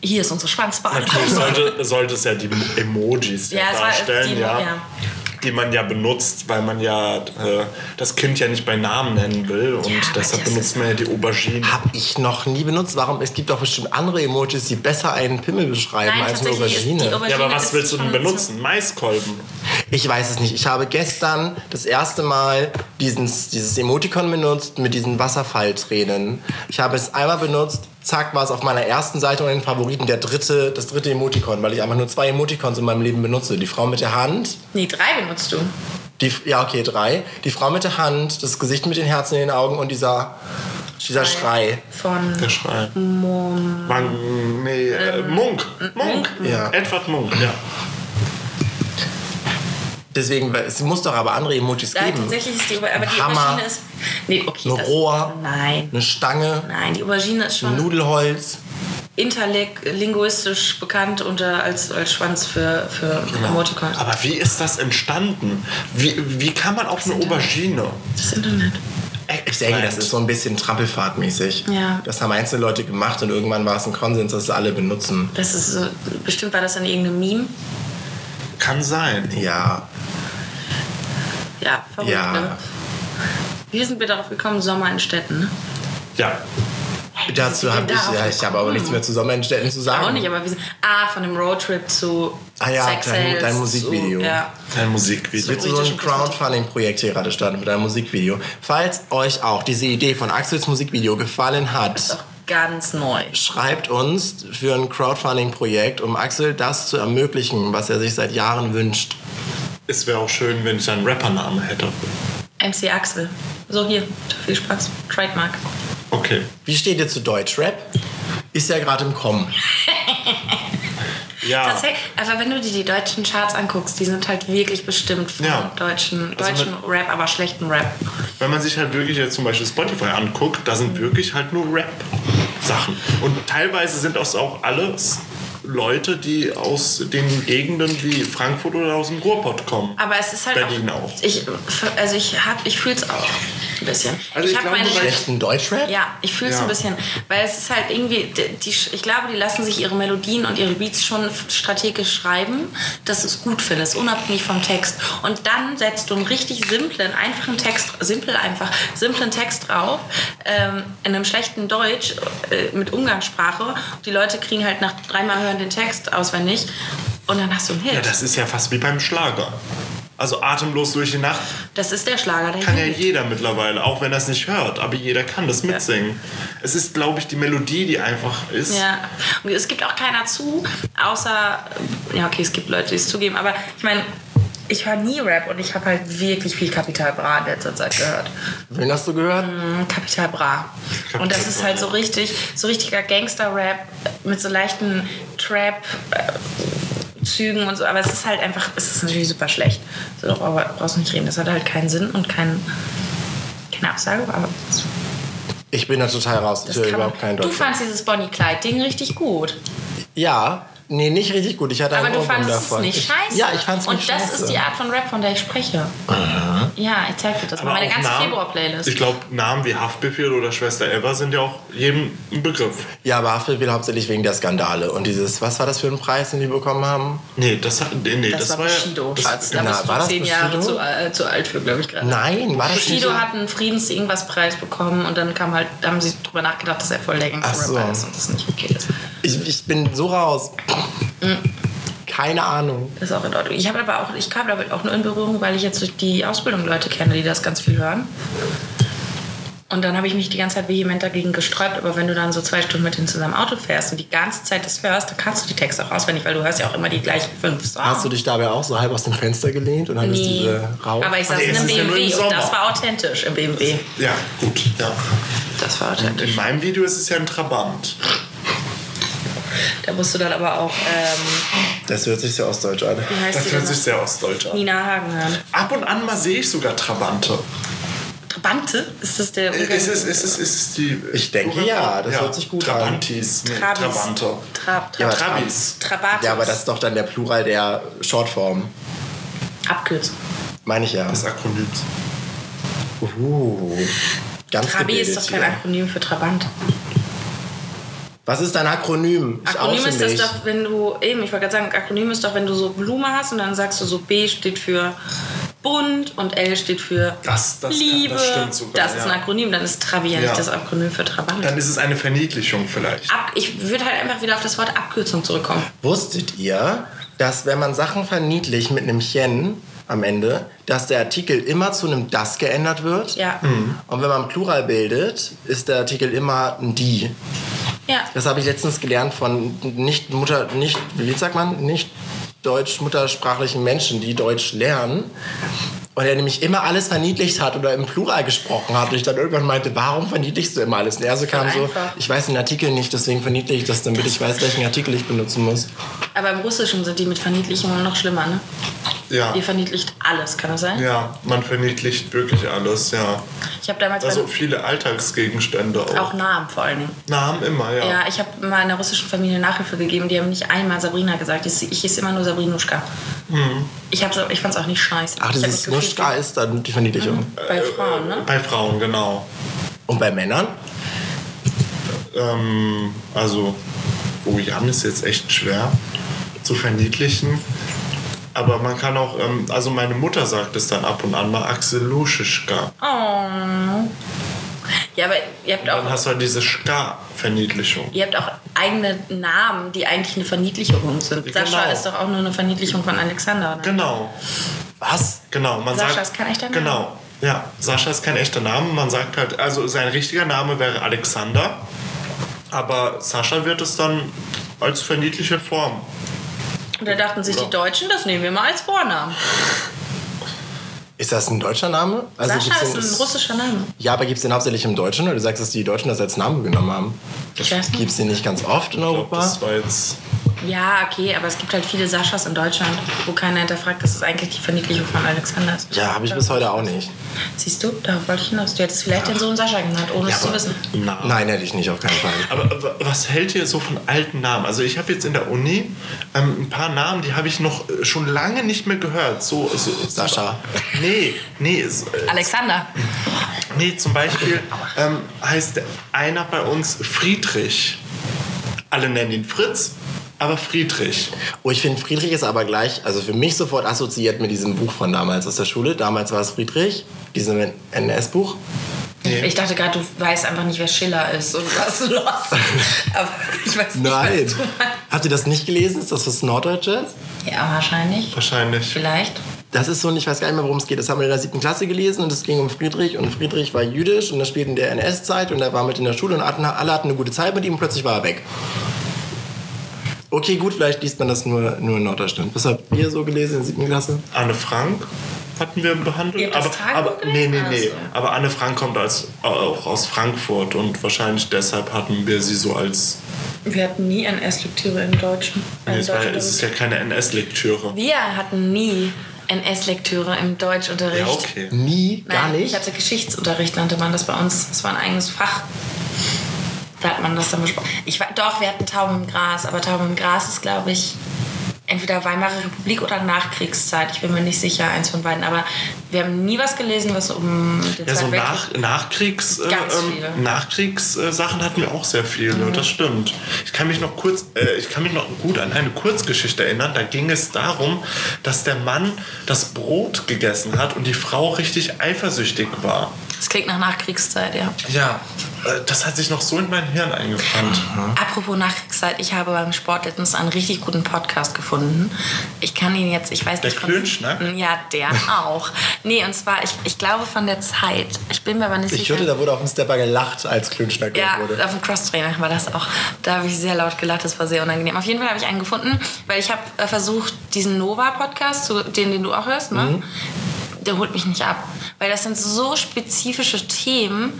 hier ist unsere Schwanzbahn. Natürlich sollte, sollte es ja die Emojis ja, Ja, es war darstellen, die- ja, ja. die man ja benutzt, weil man ja äh, das Kind ja nicht bei Namen nennen will und Ja, aber deshalb das benutzt ist- man ja die Aubergine. Hab ich noch nie benutzt. Warum? Es gibt doch bestimmt andere Emojis, die besser einen Pimmel beschreiben Nein, als eine tatsächlich ist die Aubergine. Aubergine- Ja, aber was ist willst du denn schon so- benutzen? Maiskolben. Ich weiß es nicht. Ich habe gestern das erste Mal diesen, dieses Emoticon benutzt mit diesen Wasserfalltränen. Ich habe es einmal benutzt, zack, war es auf meiner ersten Seite und in den Favoriten der dritte, das dritte Emoticon, weil ich einfach nur zwei Emoticons in meinem Leben benutze. Die Frau mit der Hand, Nee, drei benutzt du. die, ja okay, drei. Die Frau mit der Hand, das Gesicht mit den Herzen in den Augen und dieser, dieser Schrei. Von Der Schrei. Mm. Man, nee, äh, Ähm, Munk. Munk. Ja. Edward Munk, ja. Deswegen, weil es muss doch aber andere Emojis Ja, geben. tatsächlich ist die Aubergine. Aber die Hammer. Aubergine ist. Nee, okay. Ein das- Rohr. Nein. Eine Stange, Nein, die Aubergine ist ein schon Nudelholz. interlinguistisch bekannt unter, als, als Schwanz für, für Emoticons. Aber wie ist das entstanden? Wie, wie kann man auf eine Aubergine? Das Internet. Ich denke, das ist so ein bisschen trampelfahrtmäßig. Ja. Das haben einzelne Leute gemacht und irgendwann war es ein Konsens, dass es alle benutzen. Das ist so, bestimmt war das dann irgendein Meme. Kann sein. Ja, Ja, verrückt, ja. ne? Wie sind wir darauf gekommen? Sommer in Städten, ne? Ja. Dazu habe ich, ja, ich habe aber nichts mehr zu Sommerentstätten zu sagen. Auch nicht, aber wir sind. Ah, von dem Roadtrip zu Ah ja, Sex dein- Sales dein zu- Musikvideo. ja. Ein Musikvideo. Willst du so ein Crowdfunding-Projekt hier gerade starten mit einem Musikvideo? Falls euch auch diese Idee von Axels Musikvideo gefallen Ist auch hat, ganz neu. schreibt uns für ein Crowdfunding-Projekt, um Axel das zu ermöglichen, was er sich seit Jahren wünscht. Es wäre auch schön, wenn ich einen Rappernamen hätte. MC Axel. So, hier. Viel Spaß. Trademark. Okay. Wie steht ihr zu Deutschrap? Ist ja gerade im Kommen. Ja. Tatsächlich, aber wenn du dir die deutschen Charts anguckst, die sind halt wirklich bestimmt von Ja. deutschen, Also deutschen Rap, aber schlechten Rap. Wenn man sich halt wirklich jetzt zum Beispiel Spotify anguckt, da sind wirklich halt nur Rap-Sachen. Und teilweise sind das auch alles Leute, die aus den Gegenden wie Frankfurt oder aus dem Ruhrpott kommen. Aber es ist halt Berlin auch. Ich, also ich hab, ich fühl's auch ein bisschen. Also ich hab glaube, bei- Schlechten Deutschrap? Ja, ich fühle es Ja. ein bisschen, weil es ist halt irgendwie, die, die, ich glaube, die lassen sich ihre Melodien und ihre Beats schon strategisch schreiben, dass du es gut findest, unabhängig vom Text. Und dann setzt du einen richtig simplen, einfachen Text, simpel einfach, simplen Text drauf, ähm, in einem schlechten Deutsch äh, mit Umgangssprache. Die Leute kriegen halt nach dreimal hören den Text auswendig und dann hast du einen Hit. Ja, das, das ist ja fast wie beim Schlager. Also atemlos durch die Nacht ist der Schlager. Der kann ja Hit. jeder mittlerweile, auch wenn er es nicht hört, aber jeder kann das mitsingen. Es ist, glaube ich, die Melodie, die einfach ist. Ja, und es gibt auch keiner zu, außer, ja okay, es gibt Leute, die es zugeben, aber ich meine, ich höre nie Rap und ich habe halt wirklich viel Kapital Bra in letzter Zeit gehört. Wen hast du gehört? Mhm, Kapital Bra. Und das ist halt so richtig, so richtiger Gangster-Rap mit so leichten Trap. äh, Zügen und so, aber es ist halt einfach, es ist natürlich super schlecht. So, darüber brauchst du nicht reden. Das hat halt keinen Sinn und keinen, keine Absage, aber das Ich bin da total raus. Ich das höre kann man- überhaupt keinen Du Deutsch. fandst dieses Bonnie-Clyde-Ding richtig gut. Ja, nee, nicht richtig gut. Ich hatte Aber einen du Ohrwurm fandest davon. es nicht Ich- scheiße. Ja, ich fand es Und nicht das scheiße. ist die Art von Rap, von der ich spreche. Ja, ich zeig dir das mal. Meine auch ganze Namen- Februar-Playlist. Ich glaube, Namen wie Haftbefehl oder Schwester Eva sind ja auch jedem ein Begriff. Ja, aber Haftbefehl will hauptsächlich wegen der Skandale. Und dieses, was war das für ein Preis, den die bekommen haben? Nee, das, hat- nee, nee, Das, das, war war ja- Bushido. das- Schatz. da Na, bist du war das zehn Jahre Bushido? zu, äh, zu alt für, glaube ich, gerade. Nein, war das Bushido nicht hat einen Friedens-Irgendwas-Preis bekommen und dann kam halt, da haben sie drüber nachgedacht, dass er voll der Ach so. Gangster-Rapper ist und das nicht okay ist. ich, ich bin so raus. Keine Ahnung. Ist auch in Ordnung. Ich habe aber auch, ich kam damit auch nur in Berührung, weil ich jetzt durch die Ausbildung Leute kenne, die das ganz viel hören. Und dann habe ich mich die ganze Zeit vehement dagegen gesträubt, aber wenn du dann so zwei Stunden mit denen zusammen Auto fährst und die ganze Zeit das hörst, dann kannst du die Texte auch auswendig, weil du hörst ja auch immer die gleichen fünf Songs. Hast du dich dabei auch so halb aus dem Fenster gelehnt und hattest nee. diese Rauch? Aber ich saß Nee, in es einem ist ja nur im BMW und Sommer. das war authentisch im BMW. Ja, gut. Ja. Das war authentisch. In meinem Video ist es ja ein Trabant. Da musst du dann aber auch, ähm, das hört sich so ostdeutsch an. wie heißt Das sie hört denn? sich sehr ostdeutsch an. Nina Hagen hören. Ab und an mal sehe ich sogar Trabante. Trabante? Ist das der Äh, Ist es, ist es, ist es die. Ich denke, ja, das hört sich gut an. Trabantis. an. Nee, Trabis. Trabante. Trab, Trab, Ja, aber- Trabis. Trabatus. Ja, aber das ist doch dann der Plural der Shortform. Abkürzung. Meine ich ja. Das Akronym. Uh, ganz Trabi ist gebildet doch hier. kein Akronym für Trabant. Was ist dein Akronym? Ich Akronym oute ist das mich. doch, wenn du, eben, ich wollte gerade sagen, Akronym ist doch, wenn du so Blume hast und dann sagst du so, B steht für bunt und L steht für Das- das kann- das Liebe. stimmt sogar, das ist ein ja. Akronym, dann ist Trabi ja, Ja. nicht das Akronym für Trabant. Dann ist es eine Verniedlichung vielleicht. Ab, ich würde halt einfach wieder auf das Wort Abkürzung zurückkommen. Wusstet ihr, dass wenn man Sachen verniedlicht mit einem Chen am Ende, dass der Artikel immer zu einem das geändert wird? Hm. Ja. Und wenn man Plural bildet, ist der Artikel immer ein die. Ja. Das habe ich letztens gelernt von nicht Mutter, nicht, wie sagt man, nicht deutsch muttersprachlichen Menschen, die Deutsch lernen. Und er nämlich immer alles verniedlicht hat oder im Plural gesprochen hat. Und ich dann irgendwann meinte, warum verniedlichst du immer alles? Und er so kam so, einfach. ich weiß den Artikel nicht, deswegen verniedliche ich das, damit ich weiß, welchen Artikel ich benutzen muss. Aber im Russischen sind die mit Verniedlichungen noch schlimmer, ne? Ja. Ihr verniedlicht alles, kann das sein? Ja, man verniedlicht wirklich alles, ja. Ich habe damals Also bei- viele Alltagsgegenstände auch. auch Namen vor allen Dingen. Namen immer, ja. Ja, ich habe mal einer russischen Familie Nachhilfe gegeben, die haben nicht einmal Sabrina gesagt. Ich, ich hieß immer nur Sabrinuschka. Ich, hab's auch- ich fand es auch nicht scheiße. Mhm. Ach, ich hab dieses mich gefühlt Nuschka ist Äh. dann die Verniedlichung. wie Bei Frauen, ne? Bei Frauen, genau. um. Und bei Männern? Ähm, also, oh, Jan ist jetzt echt schwer zu verniedlichen. Aber man kann auch, ähm, also meine Mutter sagt es dann ab und an mal Axeluschischka. Oh. Ja, aber ihr habt Dann auch, hast du halt diese Ska-Verniedlichung. ihr habt auch eigene Namen, die eigentlich eine Verniedlichung sind. Genau. Sascha ist doch auch nur eine Verniedlichung von Alexander, ne? Genau, Was? genau. Man Sascha sagt, ist kein echter Name. Genau, ja. Sascha ist kein echter Name. Man sagt halt, also sein richtiger Name wäre Alexander. Aber Sascha wird es dann als verniedliche Form. Und da dachten sich die Genau. Deutschen, das nehmen wir mal als Vornamen. Ist das ein deutscher Name? Also Sascha ist gibt's den- ein russischer Name. Ja, aber gibt es den hauptsächlich im Deutschen oder du sagst, dass die Deutschen das als Namen genommen haben? Ich weiß Gibt es den nicht ganz oft Ich in glaub, Europa? das war jetzt. Ja, okay, aber es gibt halt viele Saschas in Deutschland, wo keiner hinterfragt, dass es eigentlich die Verniedlichung von Alexander ist. ja, habe ich bis heute auch nicht. Siehst du, darauf wollte ich hinaus. Du hättest vielleicht den Sohn Sascha genannt, ohne es zu aber- wissen. Na. Nein, hätte ich nicht, auf keinen Fall. Aber w- was hält ihr so von alten Namen? Also ich habe jetzt in der Uni ähm, ein paar Namen, die habe ich noch äh, schon lange nicht mehr gehört. So, so, so Sascha. Nee, nee, so, äh, Alexander. nee, zum Beispiel ähm, heißt einer bei uns Friedrich. Alle nennen ihn Fritz, aber Friedrich. Oh, ich finde, Friedrich ist aber gleich, also für mich sofort assoziiert mit diesem Buch von damals aus der Schule. Damals war es Friedrich, diesem NS-Buch. Ich dachte gerade, du weißt einfach nicht, wer Schiller ist und was los. Aber ich weiß nicht, Nein. was du meinst. Habt ihr das nicht gelesen? Ist das was Norddeutsches? Ja, wahrscheinlich. Wahrscheinlich. Vielleicht. Das ist so, und ich weiß gar nicht mehr, worum es geht. Das haben wir in der siebten Klasse gelesen und es ging um Friedrich und Friedrich war jüdisch und das spielt in der NS-Zeit und er war mit in der Schule und hatten, alle hatten eine gute Zeit mit ihm und plötzlich war er weg. Okay, gut, vielleicht liest man das nur, nur in Norddeutschland. Was habt ihr so gelesen in der siebten Klasse? Anne Frank hatten wir Ihr behandelt. habt das Aber, Tagebuch aber, nee, nee, gelesen? nee. Ach aber Anne Frank kommt als, auch aus Frankfurt und wahrscheinlich deshalb hatten wir sie so als Wir hatten nie NS-Lektüre im Deutschen. Nee, es, war, es ist ja keine NS-Lektüre. Wir hatten nie NS-Lektüre im Deutschunterricht. Ja, okay. Nie, Nein, gar nicht. Ich hatte Geschichtsunterricht, nannte man das bei uns. Das war ein eigenes Fach. Da hat man das dann besprochen. Ich war, doch, wir hatten Tauben im Gras, aber Tauben im Gras ist, glaube ich, entweder Weimarer Republik oder Nachkriegszeit. Ich bin mir nicht sicher, eins von beiden. Aber wir haben nie was gelesen, was um den Ja, so Zweiten nach, Weltkrieg Nachkriegs, äh, Ganz ähm, viele. Mhm. Nachkriegssachen hatten wir auch sehr viel, ne? das stimmt. Ich kann mich noch kurz, äh, ich kann mich noch gut an eine Kurzgeschichte erinnern. Da ging es darum, dass der Mann das Brot gegessen hat und die Frau richtig eifersüchtig war. Das klingt nach Nachkriegszeit, ja. Ja. Äh, das hat sich noch so in mein Hirn eingebrannt. Apropos Nachkriegszeit, ich habe beim Sport letztens einen richtig guten Podcast gefunden. Ich kann ihn jetzt, ich weiß Der ne? nicht. von- Klönschnack? Ja, der auch. Nee, und zwar, ich, ich glaube von der Zeit. Ich bin mir aber nicht Ich sicher. hörte, da wurde auf dem Stepper gelacht, als Klönschnack ja, wurde. auf dem Crosstrainer war das auch. Da habe ich sehr laut gelacht, das war sehr unangenehm. Auf jeden Fall habe ich einen gefunden, weil ich habe äh, versucht, diesen Nova-Podcast, zu- den, den du auch hörst, ne? der holt mich nicht ab. Weil das sind so spezifische Themen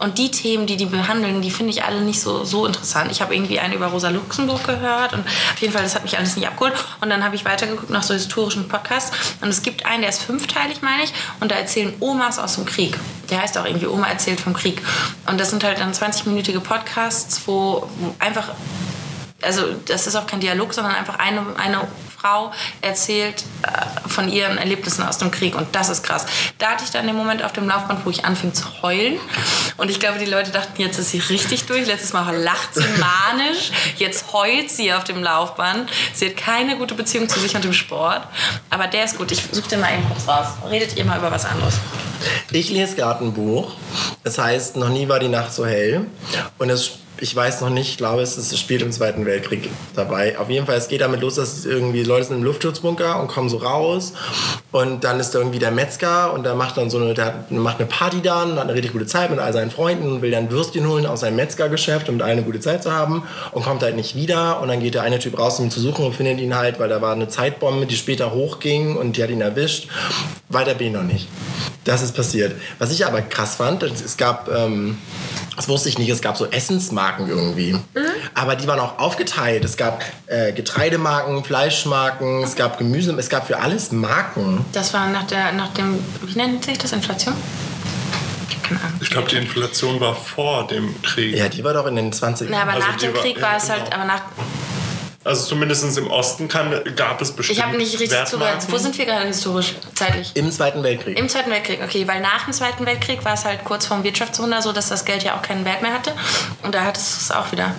und die Themen, die die behandeln, die finde ich alle nicht so, so interessant. Ich habe irgendwie einen über Rosa Luxemburg gehört und auf jeden Fall, das hat mich alles nicht abgeholt. Und dann habe ich weitergeguckt nach so historischen Podcasts und es gibt einen, der ist fünfteilig, meine ich, und da erzählen Omas aus dem Krieg. Der heißt auch irgendwie Oma erzählt vom Krieg. Und das sind halt dann 20-minütige Podcasts, wo, wo einfach also das ist auch kein Dialog, sondern einfach eine, eine Frau erzählt äh, von ihren Erlebnissen aus dem Krieg und das ist krass. Da hatte ich dann den Moment auf dem Laufband, wo ich anfing zu heulen Und ich glaube, die Leute dachten, jetzt ist sie richtig durch. Letztes Mal lacht sie manisch. Jetzt heult sie auf dem Laufband. Sie hat keine gute Beziehung zu sich und dem Sport. Aber der ist gut. Ich suche den mal eben kurz raus. Redet ihr mal über was anderes. Ich lese gerade ein Buch. Es heißt Noch nie war die Nacht so hell. Und es, ich weiß noch nicht, ich glaube, es, ist, es spielt im Zweiten Weltkrieg dabei. Auf jeden Fall, es geht damit los, dass irgendwie Leute sind im Luftschutzbunker und kommen so raus. Und dann ist da irgendwie der Metzger und der macht dann so eine, der hat- macht eine Party dann, hat eine richtig gute Zeit mit all seinen Freunden und will dann Würstchen holen aus seinem Metzgergeschäft, um da eine gute Zeit zu haben. Und kommt halt nicht wieder. Und dann geht der eine Typ raus, um ihn zu suchen und findet ihn halt, weil da war eine Zeitbombe, die später hochging und die hat ihn erwischt. Weiter bin ich noch nicht. Das ist passiert. Was ich aber krass fand, es es gab, ähm, das wusste ich nicht, es gab so Essensmarken irgendwie. Mhm. Aber die waren auch aufgeteilt. Es gab äh, Getreidemarken, Fleischmarken, es gab Gemüse, es gab für alles Marken. Das war nach, der, nach dem, wie nennt sich das, Inflation? Ich hab keine Ahnung. Ich glaube, die Inflation war vor dem Krieg. Ja, die war doch in den 20 Na, aber Also nach die dem war- Krieg ja, war es genau. halt, aber nach, Also zumindest im Osten kann, gab es bestimmt. ich habe nicht richtig Wertmarken. zugehört. Wo sind wir gerade historisch, zeitlich? im Zweiten Weltkrieg. Im Zweiten Weltkrieg, okay, weil nach dem Zweiten Weltkrieg war es halt kurz vorm Wirtschaftswunder so, dass das Geld ja auch keinen Wert mehr hatte. Und da hattest du es auch wieder,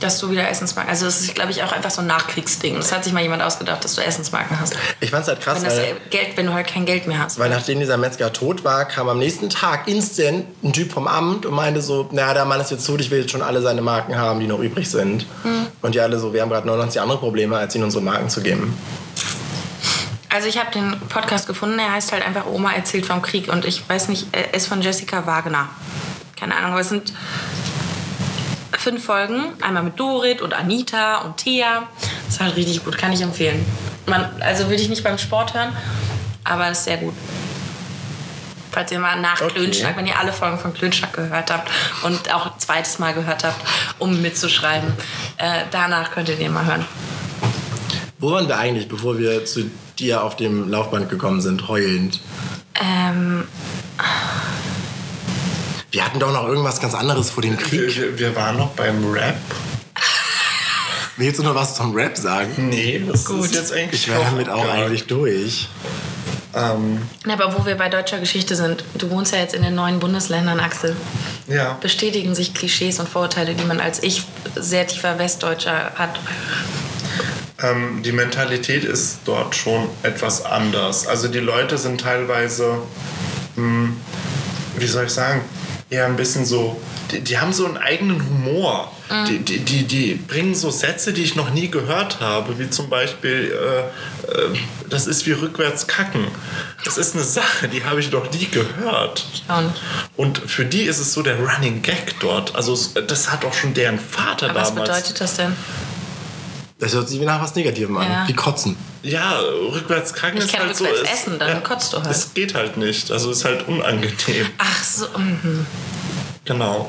dass du wieder Essensmarken. Also das ist, glaube ich, auch einfach so ein Nachkriegsding. Das hat sich mal jemand ausgedacht, dass du Essensmarken hast. ich fand's halt krass, Wenn, das weil, Geld, wenn du halt kein Geld mehr hast. weil nachdem dieser Metzger tot war, kam am nächsten Tag instant ein Typ vom Amt und meinte so, naja, der Mann ist jetzt tot, ich will jetzt schon alle seine Marken haben, die noch übrig sind. Und die alle so, wir haben gerade 99 andere Probleme, als ihnen unsere Marken zu geben. Also ich habe den Podcast gefunden, er heißt halt einfach Oma erzählt vom Krieg und ich weiß nicht, er ist von Jessica Wagner. Keine Ahnung, aber es sind fünf Folgen, einmal mit Dorit und Anita und Thea. Ist halt richtig gut, kann ich empfehlen. Man, also würde ich nicht beim Sport hören, aber ist sehr gut. Falls ihr mal nach Okay. Klönschnack, wenn ihr alle Folgen von Klönschnack gehört habt und auch ein zweites Mal gehört habt, um mitzuschreiben, äh, danach könnt ihr den mal hören. Wo waren wir eigentlich, bevor wir zu dir auf dem Laufband gekommen sind, heulend? Ähm, Wir hatten doch noch irgendwas ganz anderes vor dem Wir, Krieg. wir- wir waren noch beim Rap. Willst du noch was zum Rap sagen? Nee, das Gut. ist jetzt eigentlich. Ich wäre damit auch abgehakt. eigentlich durch. Ähm, Na, aber wo wir bei deutscher Geschichte sind, du wohnst ja jetzt in den neuen Bundesländern, Axel. ja. Bestätigen sich Klischees und Vorurteile, die man als ich sehr tiefer Westdeutscher hat. Ähm, die Mentalität ist dort schon etwas anders. Also die Leute sind teilweise, mh, wie soll ich sagen, eher ein bisschen so, die, die haben so einen eigenen Humor. Mhm. Die, die, die, die bringen so Sätze, die ich noch nie gehört habe, wie zum Beispiel, äh, äh, das ist wie rückwärts kacken. Das ist eine Sache, die habe ich noch nie gehört. Und, Und für die ist es so der Running Gag dort. Also es- das hat auch schon deren Vater aber was damals. bedeutet das denn? Das hört sich wie nach was Negativem an. Ja. Wie kotzen. Ja, rückwärts kacken Ich ist kann halt so. rückwärts es- essen, dann kotzt du halt. Es geht halt nicht. Also ist halt unangenehm. Ach so, mhm. Genau.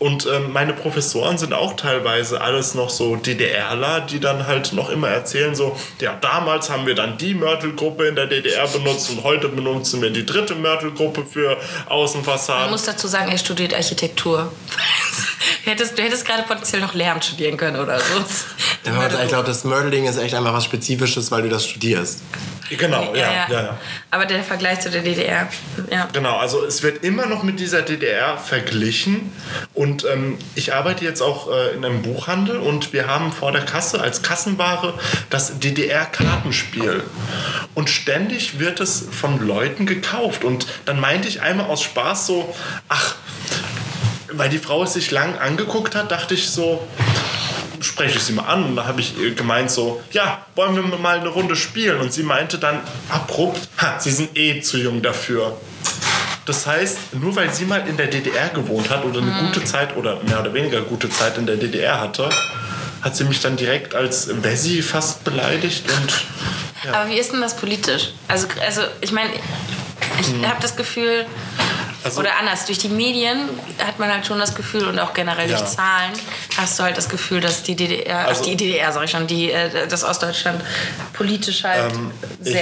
Und ähm, meine Professoren sind auch teilweise alles noch so DDRler, die dann halt noch immer erzählen so, ja, damals haben wir dann die Mörtelgruppe in der DDR benutzt und heute benutzen wir die dritte Mörtelgruppe für man Außenfassaden. muss dazu sagen, er studiert Architektur. du hättest, du hättest gerade potenziell noch Lehramt studieren können oder so. Ich glaube, das Mördeling ist echt einfach was Spezifisches, weil du das studierst. Genau, ja, ja, ja. Aber der Vergleich zu der DDR, ja. Genau, also es wird immer noch mit dieser DDR verglichen. Und ähm, ich arbeite jetzt auch äh, in einem Buchhandel und wir haben vor der Kasse als Kassenware das DDR-Kartenspiel. Und ständig wird es von Leuten gekauft. Und dann meinte ich einmal aus Spaß so, ach, weil die Frau es sich lang angeguckt hat, dachte ich so, spreche ich sie mal an und da habe ich ihr gemeint so, ja, wollen wir mal eine Runde spielen? Und sie meinte dann abrupt, ha, sie sind eh zu jung dafür. Das heißt, nur weil sie mal in der DDR gewohnt hat oder eine gute Zeit oder mehr oder weniger gute Zeit in der DDR hatte, hat sie mich dann direkt als Wessi fast beleidigt und Aber wie ist denn das politisch? Also, also ich meine, ich habe das Gefühl, Hm. Also- oder anders, durch die Medien hat man halt schon das Gefühl und auch generell Ja. durch Zahlen hast du halt das Gefühl, dass die DDR, Also- ach, die DDR, sag ich schon, die, äh, das Ostdeutschland politisch halt sehr Ähm,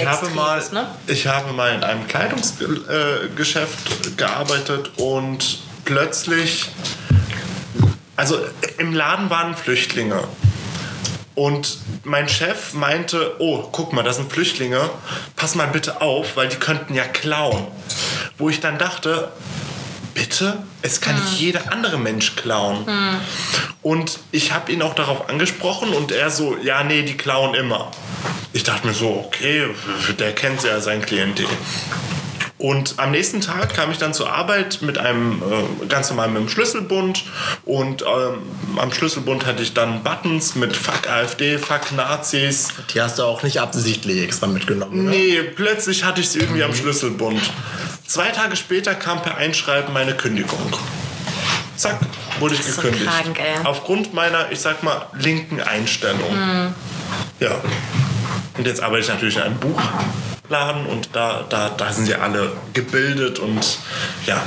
ich habe extrem mal, ist, ne? ich habe mal in einem Kleidungsgeschäft gearbeitet und plötzlich, also im Laden waren Flüchtlinge. Und mein Chef meinte, oh, guck mal, das sind Flüchtlinge, pass mal bitte auf, weil die könnten ja klauen. Wo ich dann dachte, Toilette. Es kann jeder andere Mensch klauen. Und ich habe ihn auch darauf angesprochen und er so, ja, nee, die klauen immer. Ich dachte mir so, okay, der kennt ja sein Klientel. Und am nächsten Tag kam ich dann zur Arbeit mit einem äh, ganz normal mit einem Schlüsselbund und ähm, am Schlüsselbund hatte ich dann Buttons mit Fuck AfD, Fuck Nazis. Die hast du auch nicht absichtlich extra mitgenommen. Ne? Nee, plötzlich hatte ich sie irgendwie am Schlüsselbund. Zwei Tage später kam per Einschreiben meine Kündigung. Zack, wurde ich ist so gekündigt. krank, ey. Aufgrund meiner, ich sag mal, linken Einstellung. Hm. Ja. Und jetzt arbeite ich natürlich in einem Buchladen und da, da, da sind sie alle gebildet und ja.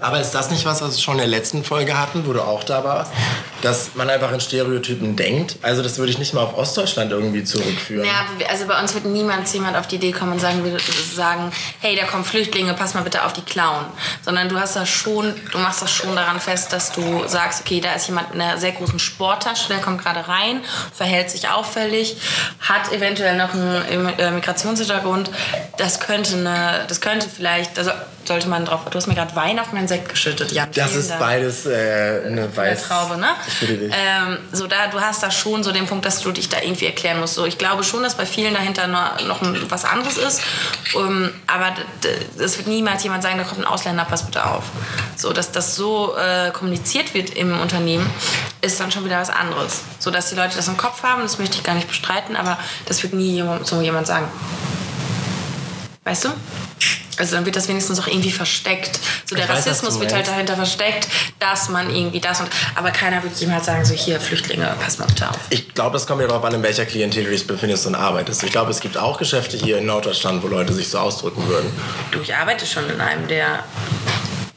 Aber ist das nicht was, was wir schon in der letzten Folge hatten, wo du auch da warst? Dass man einfach in Stereotypen denkt? Also, das würde ich nicht mal auf Ostdeutschland irgendwie zurückführen. Ja, also bei uns wird niemals jemand auf die Idee kommen und sagen, wir- sagen, hey, da kommen Flüchtlinge, pass mal bitte auf die Clown. Sondern du hast das schon, du machst das schon daran fest, dass du sagst, okay, da ist jemand mit einer sehr großen Sporttasche, der kommt gerade rein, verhält sich auffällig, hat eventuell noch einen äh, Migrationshintergrund. Das könnte eine, das könnte vielleicht, da so- sollte man drauf. Du hast mir gerade Wein auf meinen Sekt geschüttet, Jan. Das vielen ist Dank beides äh, eine der weiß. Traube, ne? Ich bitte dich. Ähm, so da, du hast da schon so den Punkt, dass du dich da irgendwie erklären musst. So, ich glaube schon, dass bei vielen dahinter noch, noch ein- was anderes ist. Ähm, aber d- d- es wird niemals jemand sagen, da kommt ein Ausländer, pass bitte auf. So, dass das so äh, kommuniziert wird im Unternehmen, ist dann schon wieder was anderes. So, dass die Leute das im Kopf haben, das möchte ich gar nicht bestreiten, aber das wird nie jemand- so jemand sagen. Weißt du? Also dann wird das wenigstens auch irgendwie versteckt. So der Ich weiß, was Rassismus du wird halt meinst. dahinter versteckt, dass man irgendwie das und. Aber keiner wird jemals sagen, so hier Flüchtlinge, pass mal bitte auf. Ich glaube, das kommt ja darauf an, in welcher Klientel du dich befindest und arbeitest. Ich glaube, es gibt auch Geschäfte hier in Norddeutschland, wo Leute sich so ausdrücken würden. Du, ich arbeite schon in einem, der.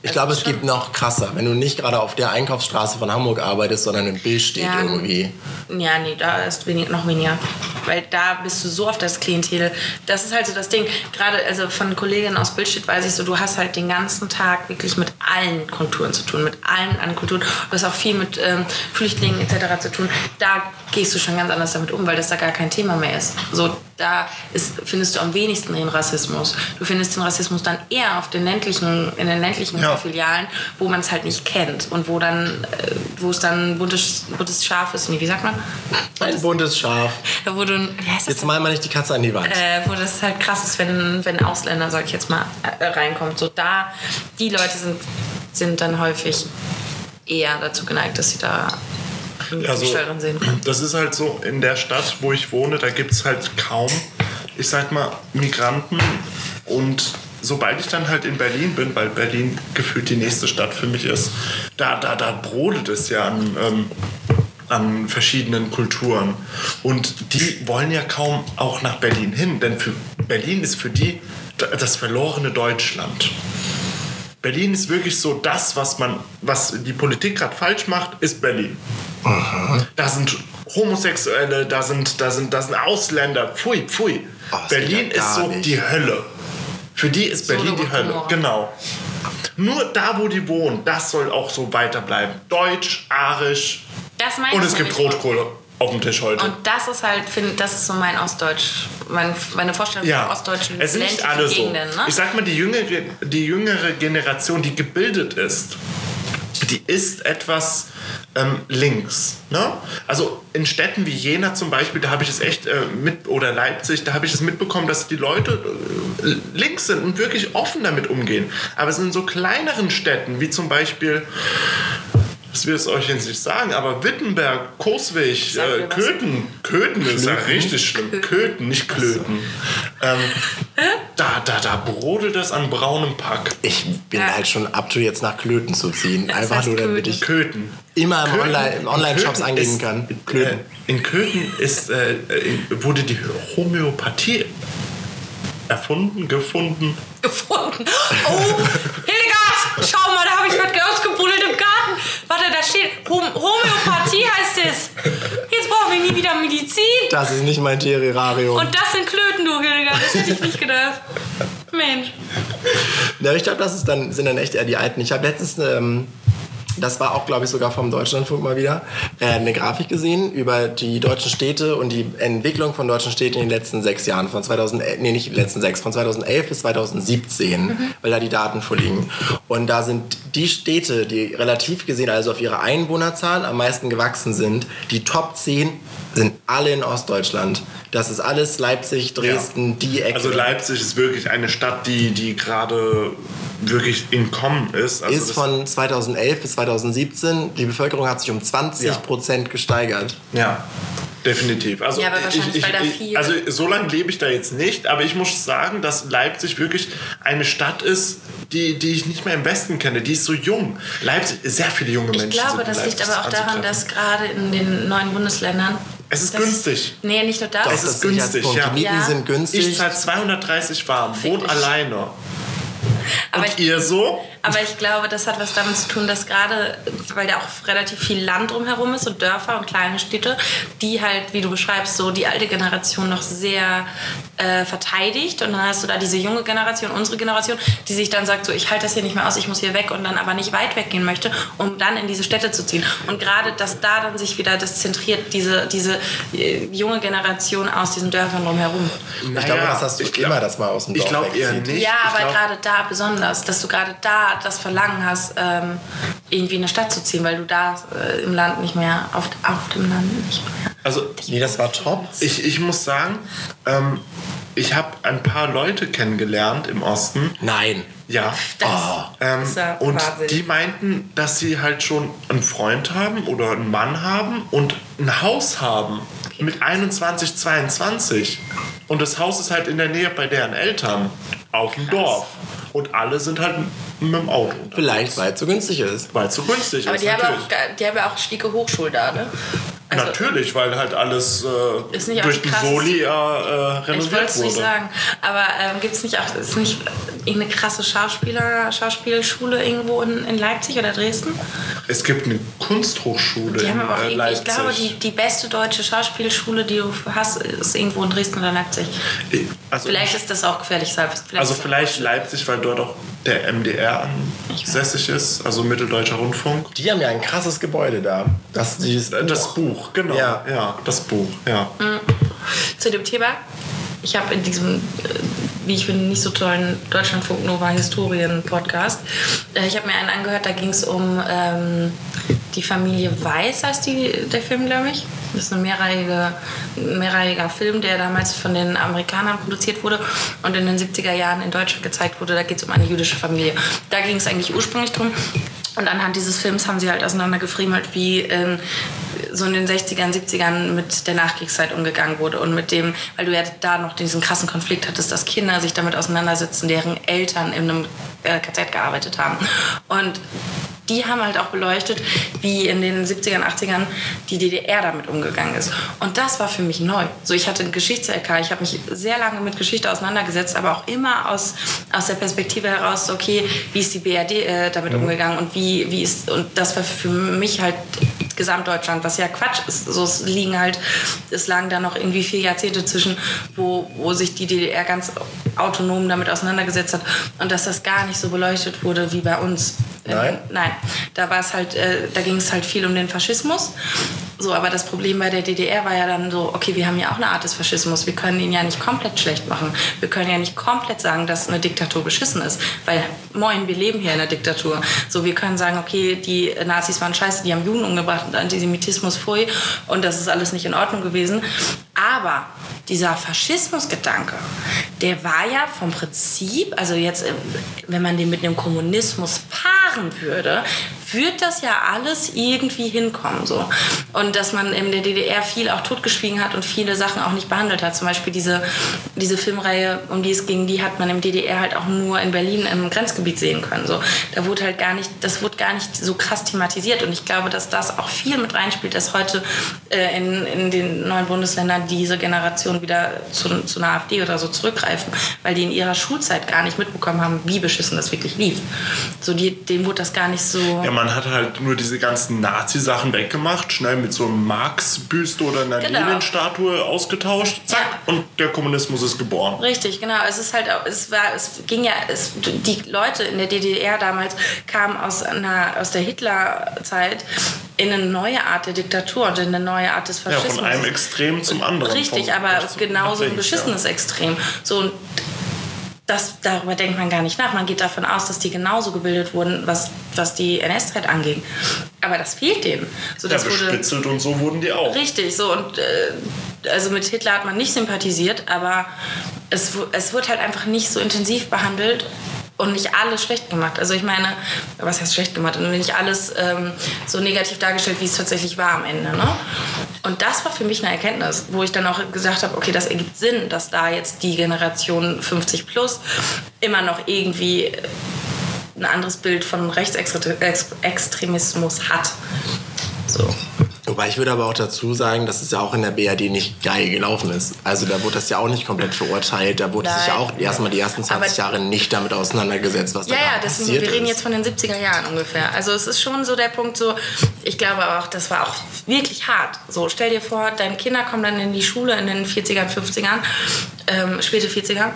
Ich glaube, es gibt noch krasser, wenn du nicht gerade auf der Einkaufsstraße von Hamburg arbeitest, sondern in Bill steht Ja. irgendwie. Ja, nee, da ist wenig, noch weniger. Weil da bist du so auf das Klientel. Das ist halt so das Ding. Gerade also von Kolleginnen aus Bildstedt weiß ich so, du hast halt den ganzen Tag wirklich mit allen Kulturen zu tun, mit allen anderen Kulturen. Du hast auch viel mit ähm, Flüchtlingen etc. zu tun. Da gehst du schon ganz anders damit um, weil das da gar kein Thema mehr ist. So, da ist, findest du am wenigsten den Rassismus. Du findest den Rassismus dann eher auf den ländlichen, in den ländlichen Ja. Filialen, wo man es halt nicht kennt und wo dann, äh, wo es dann buntes, buntes Schaf ist. Nee, wie sagt man? Ein buntes Schaf. Da wurde ein, wie heißt das? Jetzt mal mal nicht die Katze an die Wand. äh, wo das halt krass ist, wenn, wenn ein Ausländer, sag ich jetzt mal, äh, reinkommt. So da, die Leute sind, sind dann häufig eher dazu geneigt, dass sie da einen Ja, so. Also Stall drin sehen können. Also, Das ist halt so, in der Stadt, wo ich wohne, da gibt es halt kaum, ich sag mal, Migranten. Und sobald ich dann halt in Berlin bin, weil Berlin gefühlt die nächste Stadt für mich ist, da, da, da brodelt es ja an, ähm, an verschiedenen Kulturen. Und die wollen ja kaum auch nach Berlin hin, denn für Berlin ist für die d- das verlorene Deutschland. Berlin ist wirklich so das, was man, was die Politik gerade falsch macht, ist Berlin. Da sind Homosexuelle, da sind, da sind, da sind Ausländer. Pfui, pfui. Oh, das Berlin geht ja ist gar so nicht. die Hölle. Für die ist Berlin Sodom die und Hölle. Gomorra. Genau. Nur da, wo die wohnen, das soll auch so weiterbleiben. Deutsch, arisch. Das meine Und ich es gibt nämlich. Rotkohle auf dem Tisch heute. Und das ist halt, finde das ist so mein Ostdeutsch, mein, meine Vorstellung ja, von ostdeutschen es sind nicht ländlichen alle so. Gegenden. Ne? Ich sag mal, die jüngere, die jüngere Generation, die gebildet ist, die ist etwas ähm, links. Ne? Also in Städten wie Jena zum Beispiel, da habe ich es echt äh, mit, oder Leipzig, da habe ich es mitbekommen, dass die Leute äh, links sind und wirklich offen damit umgehen. Aber es sind in so kleineren Städten wie zum Beispiel. Das will es euch jetzt nicht sagen, aber Wittenberg, Coswig, Sag mir äh, was. Köthen, Köthen ist ja richtig schlimm. Köthen, nicht Klöten. Ähm, da, da, da brodelt es an braunem Pack. Ich bin Ja. halt schon up to jetzt nach Klöten zu ziehen. Einfach heißt nur, damit Klöten. ich Köthen. immer im Köthen- Online- im Online-Shops Köthen angeben ist- kann. Äh, Klöten. in Köthen ist, äh, in, wurde die Homöopathie erfunden, gefunden. gefunden. Oh, Hildegard, schau mal, da habe ich was ausgebuddelt im Garten. Warte, da steht Hom Homöopathie heißt es. Jetzt brauchen wir nie wieder Medizin. Das ist nicht mein Terrarium. Und das sind Klöten, du Hildegard. Das hätte ich nicht gedacht. Mensch. Ja, ich glaube, das ist dann, sind dann echt eher die Alten. Ich habe letztens ähm, das war auch, glaube ich, sogar vom Deutschlandfunk mal wieder, äh, eine Grafik gesehen über die deutschen Städte und die Entwicklung von deutschen Städten in den letzten sechs Jahren, von 2011, nee, nicht die letzten sechs, von 2011 bis 2017, weil da die Daten vorliegen. Und da sind die Städte, die relativ gesehen, also auf ihre Einwohnerzahl am meisten gewachsen sind, die Top 10 sind alle in Ostdeutschland. Das ist alles Leipzig, Dresden, die Ecke. Also Leipzig ist wirklich eine Stadt, die, die gerade wirklich in Kommen ist. Also ist das- von 2011 bis 2017, die Bevölkerung hat sich um 20 Prozent gesteigert. Ja, definitiv. Also, Ja, aber wahrscheinlich, ich, ich, weil da ich, viel- Also so lange lebe ich da jetzt nicht, aber ich muss sagen, dass Leipzig wirklich eine Stadt ist, die, die ich nicht mehr im Westen kenne. Die ist so jung. Leipzig, sehr viele junge Ich Menschen. glaube, sind in das liegt Leipzig aber auch daran, anzutreffen. dass gerade in den neuen Bundesländern. Es ist das- günstig. Nee, nicht nur das. Es ist ein günstig, Sicherheitspunkt. ja. Die Mieten Ja. sind günstig. Ich zahle 230 warm, wohne dich. alleine. aber, Und ich, ihr so? aber ich glaube, das hat was damit zu tun, dass gerade, weil da auch relativ viel Land drumherum ist und Dörfer und kleine Städte, die halt, wie du beschreibst, so die alte Generation noch sehr äh, verteidigt. Und dann hast du da diese junge Generation, unsere Generation, die sich dann sagt, so ich halte das hier nicht mehr aus, ich muss hier weg und dann aber nicht weit weggehen möchte, um dann in diese Städte zu ziehen. Und gerade, dass da dann sich wieder das zentriert, diese, diese äh, junge Generation aus diesen Dörfern drumherum. Ich glaube, das hast du ich glaub- immer, dass man aus dem Ich Dorf glaube eher wegzieht. nicht. ja, ich aber glaub, gerade da besonders, dass du gerade da das Verlangen hast, ähm, irgendwie in eine Stadt zu ziehen, weil du da äh, im Land nicht mehr, auf, auf dem Land nicht mehr. Also Nee, das war top. Ich, ich muss sagen, ähm, ich habe ein paar Leute kennengelernt im Osten. Nein. Ja. Das Ähm, ist ja und Wahnsinn. die meinten, dass sie halt schon einen Freund haben oder einen Mann haben und ein Haus haben mit 21, 22. Und das Haus ist halt in der Nähe bei deren Eltern auf dem Dorf. Und alle sind halt mit dem Auto. Vielleicht, weil es so günstig ist. Weil es so günstig aber ist. die haben, natürlich. auch, ge- die haben ja auch schicke Hochschule da, ne? Also, natürlich, weil halt alles äh, Ist nicht auch durch die den krasseste- Soli äh, äh, Ich wollte renoviert es wurde. nicht sagen, aber ähm, gibt es nicht auch ist nicht irgendeine krasse Schauspieler, Schauspielschule irgendwo in, in Leipzig oder Dresden? Es gibt eine Kunsthochschule Die in haben aber auch äh, irgendwie, ich Leipzig. glaube, die, die beste deutsche Schauspielschule, die du hast, ist irgendwo in Dresden oder Leipzig. also, Vielleicht ist das auch gefährlich, vielleicht also vielleicht Leipzig, weil dort auch der MDR ansässig ist, also Mitteldeutscher Rundfunk. Die haben ja ein krasses Gebäude da. Das, dieses Äh, Das Buch, genau. Ja. ja das Buch, ja. Mhm. Zu dem Thema, ich habe in diesem, äh, wie ich finde, nicht so tollen Deutschlandfunk Nova Historien Podcast, äh, ich habe mir einen angehört, da ging es um ähm, die Familie Weiß, heißt die, der Film, glaube ich. Das ist ein mehrreihiger, mehrreihiger Film, der damals von den Amerikanern produziert wurde und in den 70er Jahren in Deutschland gezeigt wurde. Da geht es um eine jüdische Familie. Da ging es eigentlich ursprünglich drum. Und anhand dieses Films haben sie halt auseinandergefriemelt, wie ähm, so in den 60ern, 70ern mit der Nachkriegszeit umgegangen wurde und mit dem, weil du ja da noch diesen krassen Konflikt hattest, dass Kinder sich damit auseinandersetzen, deren Eltern in einem äh, KZ gearbeitet haben. Und die haben halt auch beleuchtet, wie in den 70ern, 80ern die DDR damit umgegangen ist. Und das war für mich neu. So, ich hatte einen Geschichts-LK, ich habe mich sehr lange mit Geschichte auseinandergesetzt, aber auch immer aus, aus der Perspektive heraus, so, okay, wie ist die BRD äh, damit umgegangen und wie, wie ist, und das war für mich halt Gesamtdeutschland, was ja Quatsch ist. So, es liegen halt, es lagen da noch irgendwie vier Jahrzehnte zwischen, wo, wo sich die DDR ganz autonom damit auseinandergesetzt hat und dass das gar nicht so beleuchtet wurde wie bei uns. Nein? Nein, da war es halt, äh, da ging es halt viel um den Faschismus. So, aber das Problem bei der DDR war ja dann so, okay, wir haben ja auch eine Art des Faschismus. Wir können ihn ja nicht komplett schlecht machen. Wir können ja nicht komplett sagen, dass eine Diktatur beschissen ist. Weil, moin, wir leben hier in einer Diktatur. So, wir können sagen, okay, die Nazis waren scheiße, die haben Juden umgebracht und Antisemitismus, pfui. Und das ist alles nicht in Ordnung gewesen. Aber dieser Faschismusgedanke, der war ja vom Prinzip, also jetzt, äh, wenn man den mit einem Kommunismus paaren würde, wird das ja alles irgendwie hinkommen. So. Und dass man in der DDR viel auch totgeschwiegen hat und viele Sachen auch nicht behandelt hat. Zum Beispiel diese, diese Filmreihe, um die es ging, die hat man im DDR halt auch nur in Berlin im Grenzgebiet sehen können. So. Da wurde halt gar nicht, das wurde gar nicht so krass thematisiert. Und ich glaube, dass das auch viel mit reinspielt, dass heute äh, in, in den neuen Bundesländern diese Generation wieder zu, zu einer AfD oder so zurückgreifen, weil die in ihrer Schulzeit gar nicht mitbekommen haben, wie beschissen das wirklich lief. So, die, denen wurde das gar nicht so. Ja, man hat halt nur diese ganzen Nazi-Sachen weggemacht, schnell mit so einem Marx-Büste oder einer Genau. Lenin-Statue ausgetauscht, zack, und der Kommunismus ist geboren. Richtig, genau. Es ist halt, auch- es war, es ging ja, es, die Leute in der DDR damals kamen aus einer, aus der Hitlerzeit in eine neue Art der Diktatur und in eine neue Art des Ja, Faschismus. von einem Extrem zum anderen. Richtig, Vom- aber zum- genauso tatsächlich, ein ja. beschissenes Extrem. So und das, darüber denkt man gar nicht nach. Man geht davon aus, dass die genauso gebildet wurden, was, was die NS-Zeit anging. Aber das fehlt denen. So, Ja, das wurde, bespitzelt und so wurden die auch. Richtig, so und äh, also mit Hitler hat man nicht sympathisiert, aber es, wu- es wird halt einfach nicht so intensiv behandelt und nicht alles schlecht gemacht. Also ich meine, was heißt schlecht gemacht? Und nicht alles ähm, so negativ dargestellt, wie es tatsächlich war am Ende. Ne? Und das war für mich eine Erkenntnis, wo ich dann auch gesagt habe, okay, das ergibt Sinn, dass da jetzt die Generation 50 plus immer noch irgendwie äh, ein anderes Bild von Rechtsextremismus hat. So. Wobei ich würde aber auch dazu sagen, dass es ja auch in der BRD nicht geil gelaufen ist. Also da wurde das ja auch nicht komplett verurteilt. Da wurde sich ja Nein. auch erstmal die ersten 20 Aber- Jahre nicht damit auseinandergesetzt, was Ja, da ja, gerade deswegen, passiert wir reden ist. jetzt von den 70er Jahren ungefähr. Also es ist schon so der Punkt, so, ich glaube aber auch, das war auch wirklich hart. So, stell dir vor, deine Kinder kommen dann in die Schule in den 40ern, 50ern, ähm, späte 40er,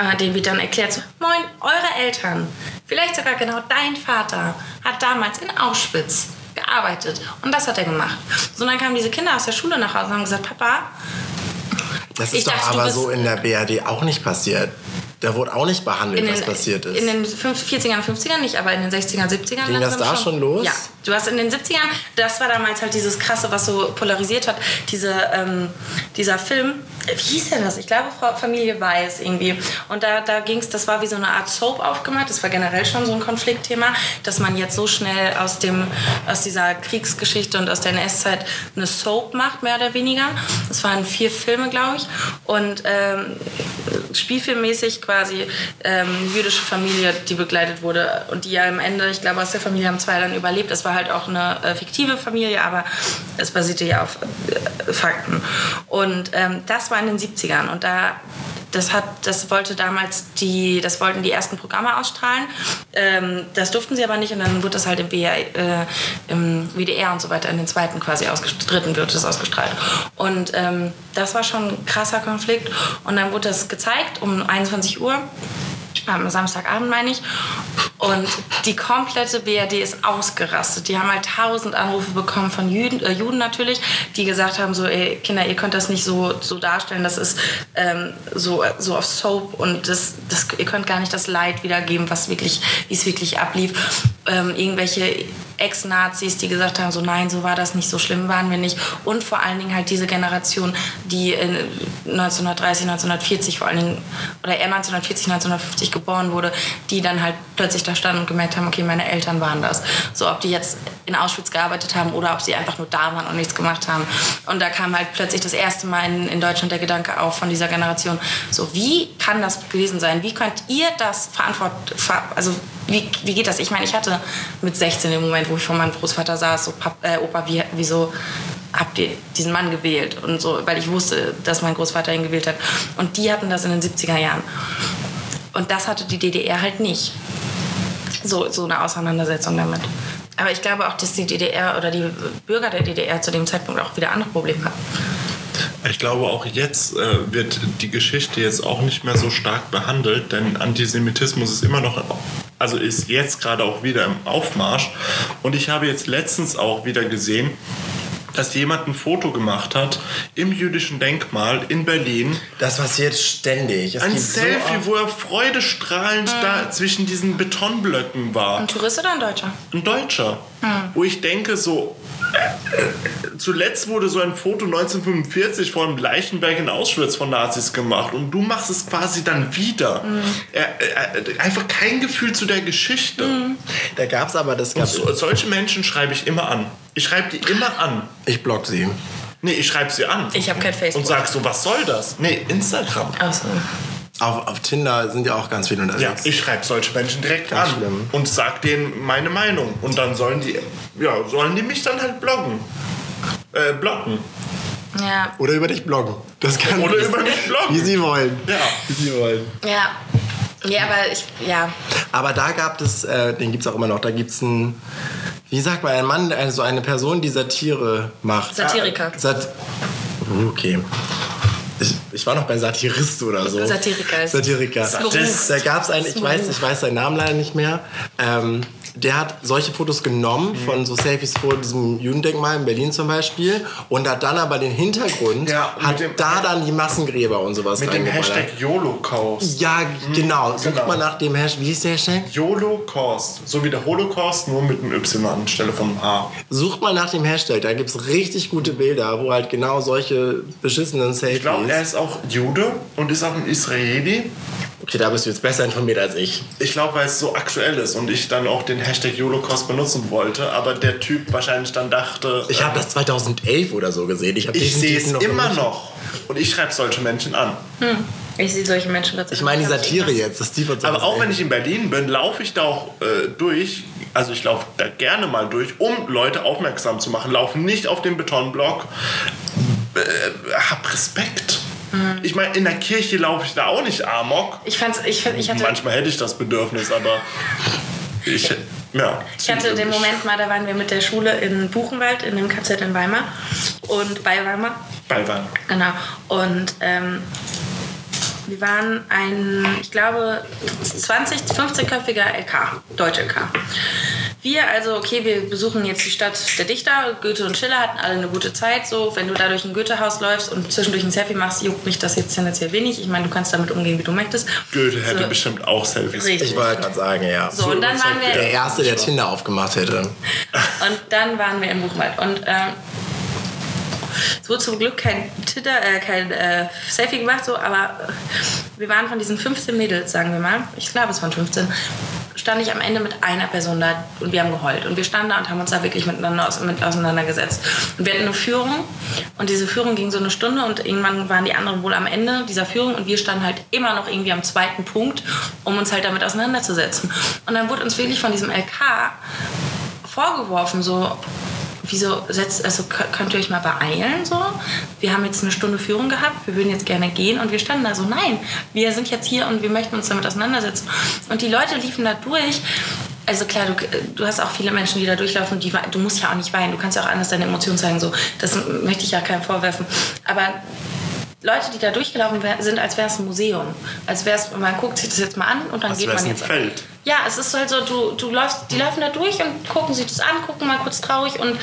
äh, denen wird dann erklärt, so, moin, eure Eltern, vielleicht sogar genau dein Vater, hat damals in Auschwitz gearbeitet und das hat er gemacht. So, und dann kamen diese Kinder aus der Schule nach Hause und haben gesagt, Papa, Das Ich ist doch dachte, du aber bist- so in der BRD auch nicht passiert. Da wurde auch nicht behandelt, in den, was passiert ist. In den 40ern, 50ern nicht, aber in den 60ern, 70ern. Ging das langsam da schon los? Ja. Du hast in den 70ern, das war damals halt dieses Krasse, was so polarisiert hat. Diese, ähm, dieser Film, äh, wie hieß denn das? Ich glaube, Frau Familie Weiß irgendwie. Und da, da ging es, das war wie so eine Art Soap aufgemacht. Das war generell schon so ein Konfliktthema, dass man jetzt so schnell aus, dem, aus dieser Kriegsgeschichte und aus der NS-Zeit eine Soap macht, mehr oder weniger. Das waren vier Filme, glaube ich. Und ähm, spielfilmmäßig quasi ähm, eine jüdische Familie, die begleitet wurde und die ja am Ende, ich glaube, aus der Familie haben zwei dann überlebt. Es war halt auch eine äh, fiktive Familie, aber es basierte ja auf äh, Fakten. Und ähm, das war in den 70ern und da das hat, das wollte damals die, das wollten die ersten Programme ausstrahlen. Ähm, das durften sie aber nicht und dann wurde das halt im, BR, äh, im WDR und so weiter in den zweiten quasi ausgestritten wird das ausgestrahlt. Und ähm, das war schon ein krasser Konflikt und dann wurde das gezeigt um 21 Uhr. Am Samstagabend meine ich. Und die komplette BRD ist ausgerastet. Die haben halt tausend Anrufe bekommen von Juden, äh, Juden natürlich, die gesagt haben, so, ey, Kinder, ihr könnt das nicht so, so darstellen, das ist ähm, so, so auf Soap und das, das, ihr könnt gar nicht das Leid wiedergeben, was wirklich, wie es wirklich ablief. Ähm, irgendwelche Ex-Nazis, die gesagt haben, so nein, so war das nicht, so schlimm waren wir nicht. Und vor allen Dingen halt diese Generation, die in 1930, 1940 vor allen Dingen, oder eher 1940, 1950 geboren wurde, die dann halt plötzlich da standen und gemerkt haben, okay, meine Eltern waren das. So, ob die jetzt in Auschwitz gearbeitet haben oder ob sie einfach nur da waren und nichts gemacht haben. Und da kam halt plötzlich das erste Mal in, in Deutschland der Gedanke auf von dieser Generation, so wie kann das gewesen sein? Wie könnt ihr das verantworten, ver also wie, wie geht das? Ich meine, ich hatte mit 16 im Moment, wo ich vor meinem Großvater saß, so Pap äh, Opa, wie, wieso habt ihr diesen Mann gewählt? Und so, weil ich wusste, dass mein Großvater ihn gewählt hat. Und die hatten das in den 70er Jahren. Und das hatte die DDR halt nicht. So, so eine Auseinandersetzung damit. Aber ich glaube auch, dass die DDR oder die Bürger der DDR zu dem Zeitpunkt auch wieder andere Probleme hatten. Ich glaube, auch jetzt äh, wird die Geschichte jetzt auch nicht mehr so stark behandelt, denn Antisemitismus ist immer noch, also ist jetzt gerade auch wieder im Aufmarsch. Und ich habe jetzt letztens auch wieder gesehen, dass jemand ein Foto gemacht hat im jüdischen Denkmal in Berlin. das passiert ständig. Es Ein gibt so Selfie, oft- wo er freudestrahlend da zwischen diesen Betonblöcken war Ein Tourist oder ein Deutscher? ein Deutscher. Wo ich denke, so. Zuletzt wurde so ein Foto 1945 vor einem Leichenberg in Auschwitz von Nazis gemacht und du machst es quasi dann wieder. Er, er, er, einfach kein Gefühl zu der Geschichte. da gab es aber das. Gab's, So, solche Menschen schreibe ich immer an. Ich schreibe die immer an. ich block sie. Nee, ich schreibe sie an. Ich habe kein und Facebook. sag so, was soll das? Nee, Instagram. Ach so. Auf, auf Tinder sind ja auch ganz viele Ja, unterwegs. ich schreibe solche Menschen direkt Ganz an schlimm. und sag denen meine Meinung. Und dann sollen die, ja, sollen die mich dann halt bloggen. Äh, blocken. Ja, Oder über dich bloggen. Das kann Oder über mich bloggen. Wie sie wollen. Ja. Wie sie wollen. ja. Ja, aber ich, ja. Aber da gab es, äh, den gibt es auch immer noch, da gibt es einen wie sagt man, ein Mann, also eine Person, die Satire macht. Ah, Satiriker. Sat Uh, okay. Ich, ich war noch bei Satirist oder so. Satiriker ist- Satiriker. ist ein Beruf. Da gab es einen, ich ein weiß, Beruf. ich weiß seinen Namen leider nicht mehr. Ähm, der hat solche Fotos genommen Mhm. von so Selfies vor diesem Judendenkmal in Berlin zum Beispiel und hat dann aber den Hintergrund, Ja, mit hat dem- da dann die Massengräber und sowas Mit dem reingeballert. Hashtag YOLOCAUST. Ja, genau. Sucht genau. mal nach dem Hashtag. Wie hieß der Hashtag? YOLOCAUST. So wie der Holocaust, nur mit einem Y anstelle von einem H. Sucht mal nach dem Hashtag. Da gibt es richtig gute Bilder, wo halt genau solche beschissenen Selfies. Ich glaube, er ist auch Jude und ist auch ein Israeli. okay, da bist du jetzt besser informiert als ich. Ich glaube, weil es so aktuell ist und ich dann auch den Hashtag Holocaust benutzen wollte, aber der Typ wahrscheinlich dann dachte, Ich habe das 2011 oder so gesehen. Ich, hab ich sehe definitiv es immer nicht- noch. Und ich schreibe solche Menschen an. Ich sehe solche Menschen ganz Ich meine die Satire jetzt, dass die wird Aber auch wenn ich in Berlin bin, laufe ich da auch äh, durch. Also ich laufe da gerne mal durch, um Leute aufmerksam zu machen. Laufe nicht auf den Betonblock. Äh, hab Respekt. Mhm. Ich meine, in der Kirche laufe ich da auch nicht amok. Ich fand's, ich, fand, ich hatte Manchmal hätte ich das Bedürfnis, aber ich, ja. Ich hatte den Moment mal, da waren wir mit der Schule in Buchenwald, in dem KZ in Weimar und bei Weimar, Bei Wein. genau. Und ähm, wir waren ein, ich glaube, 20, 15-köpfiger LK, deutsche LK. Wir also, okay, wir besuchen jetzt die Stadt der Dichter. Goethe und Schiller hatten alle eine gute Zeit. So, wenn du da durch ein Goethehaus läufst und zwischendurch ein Selfie machst, juckt mich das jetzt tendenziell wenig. Ich meine, du kannst damit umgehen, wie du möchtest. Goethe hätte So, bestimmt auch Selfies. Richtig. ich wollte gerade sagen, ja. So, und dann waren wir. der Erste, der Tinder aufgemacht hätte. Und dann waren wir in Buchwald. Und ähm, es wurde zum Glück kein, Tinder, äh, kein äh, Selfie gemacht, so, aber wir waren von diesen 15 Mädels, sagen wir mal, ich glaube, es waren 15, stand ich am Ende mit einer Person da und wir haben geheult. Und wir standen da und haben uns da wirklich miteinander aus, mit auseinandergesetzt. Und wir hatten eine Führung und diese Führung ging so eine Stunde und irgendwann waren die anderen wohl am Ende dieser Führung und wir standen halt immer noch irgendwie am zweiten Punkt, um uns halt damit auseinanderzusetzen. Und dann wurde uns wirklich von diesem LK vorgeworfen, so, wieso setzt, also kö- könnt ihr euch mal beeilen, so? Wir haben jetzt eine Stunde Führung gehabt, wir würden jetzt gerne gehen und wir standen da so, nein, wir sind jetzt hier und wir möchten uns damit auseinandersetzen. Und die Leute liefen da durch. Also klar, du, du hast auch viele Menschen, die da durchlaufen, die, wei- du musst ja auch nicht weinen, du kannst ja auch anders deine Emotionen zeigen, so. Das möchte ich ja keinem vorwerfen. Aber Leute, die da durchgelaufen wär- sind, als wäre es ein Museum. Als wäre es, man guckt sich das jetzt mal an und dann Als geht wär's man Also ein jetzt. Feld. Ja, es ist halt so, du, du läufst, die laufen da durch und gucken sich das an, gucken mal kurz traurig und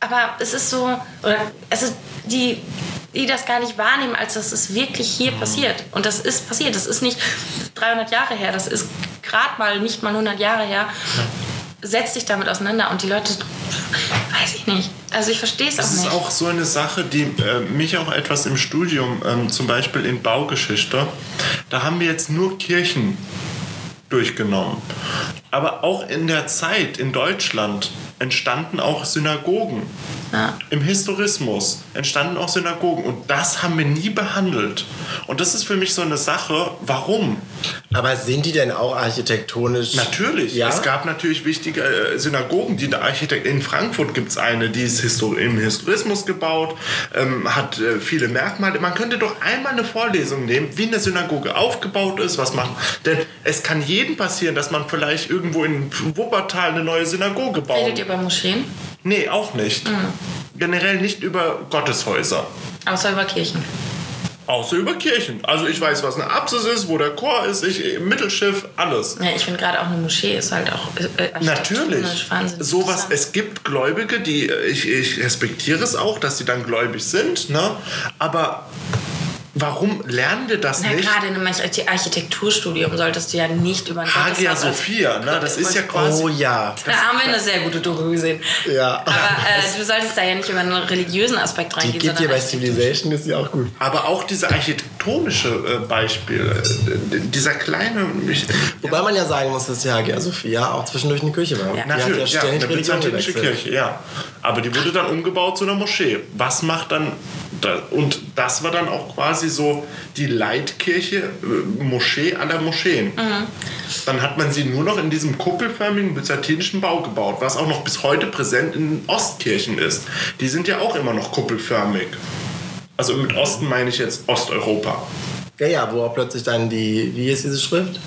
aber es ist so, oder es ist die, die das gar nicht wahrnehmen, als dass es wirklich hier passiert. Und das ist passiert. Das ist nicht 300 Jahre her, das ist gerade mal nicht mal 100 Jahre her. Setz dich damit auseinander und die Leute, weiß ich nicht. Also ich verstehe es auch Das nicht. ist auch so eine Sache, die äh, mich auch etwas im Studium, ähm, zum Beispiel in Baugeschichte, da haben wir jetzt nur Kirchen durchgenommen. Aber auch in der Zeit in Deutschland entstanden auch Synagogen. Ja. Im Historismus entstanden auch Synagogen und das haben wir nie behandelt. Und das ist für mich so eine Sache, warum? Aber sind die denn auch architektonisch? Natürlich. Ja? Es gab natürlich wichtige äh, Synagogen, die der Architekt in Frankfurt gibt es eine, die ist histor im Historismus gebaut, ähm, hat äh, viele Merkmale. Man könnte doch einmal eine Vorlesung nehmen, wie eine Synagoge aufgebaut ist, was machen. Denn es kann jedem passieren, dass man vielleicht irgendwo in Wuppertal eine neue Synagoge Redet ihr Mhm. baut. über Moscheen? Nee, auch nicht. Generell nicht über Gotteshäuser. Außer über Kirchen. Außer über Kirchen. Also ich weiß, was eine Apsis ist, wo der Chor ist, ich, Mittelschiff, alles. Ja, ich finde gerade auch eine Moschee ist halt auch äh, Natürlich. architektonisch wahnsinnig Sowas, interessant. es gibt Gläubige, die ich, ich respektiere es auch, dass sie dann gläubig sind, ne? Aber warum lernen wir das Na nicht? gerade in einem Arch- Architekturstudium solltest du ja nicht über ein Hagia Gotteshaus als- Sophia, ne? Das ist ja quasi. oh ja. Da haben wir eine sehr gute Doku gesehen. Ja. Aber äh, du solltest da ja nicht über einen religiösen Aspekt reingehen. Die gibt dir sondern bei Civilization, ist die auch gut. Aber auch diese architektonische äh, Beispiel, äh, dieser kleine. Ich, Wobei man ja sagen muss, dass die Hagia Sophia auch zwischendurch eine Kirche war. Die hat Natürlich, ja, ständig eine Religion byzantinische gewechselt. Kirche, ja. Aber die wurde dann umgebaut zu einer Moschee. Was macht dann. da- Und das war dann auch quasi so die Leitkirche, äh, Moschee aller Moscheen. Dann hat man sie nur noch in diesem kuppelförmigen byzantinischen Bau gebaut, was auch noch bis heute präsent in den Ostkirchen ist. Die sind ja auch immer noch kuppelförmig. Also mit Osten meine ich jetzt Osteuropa. Ja, ja, wo auch plötzlich dann die, wie ist diese Schrift?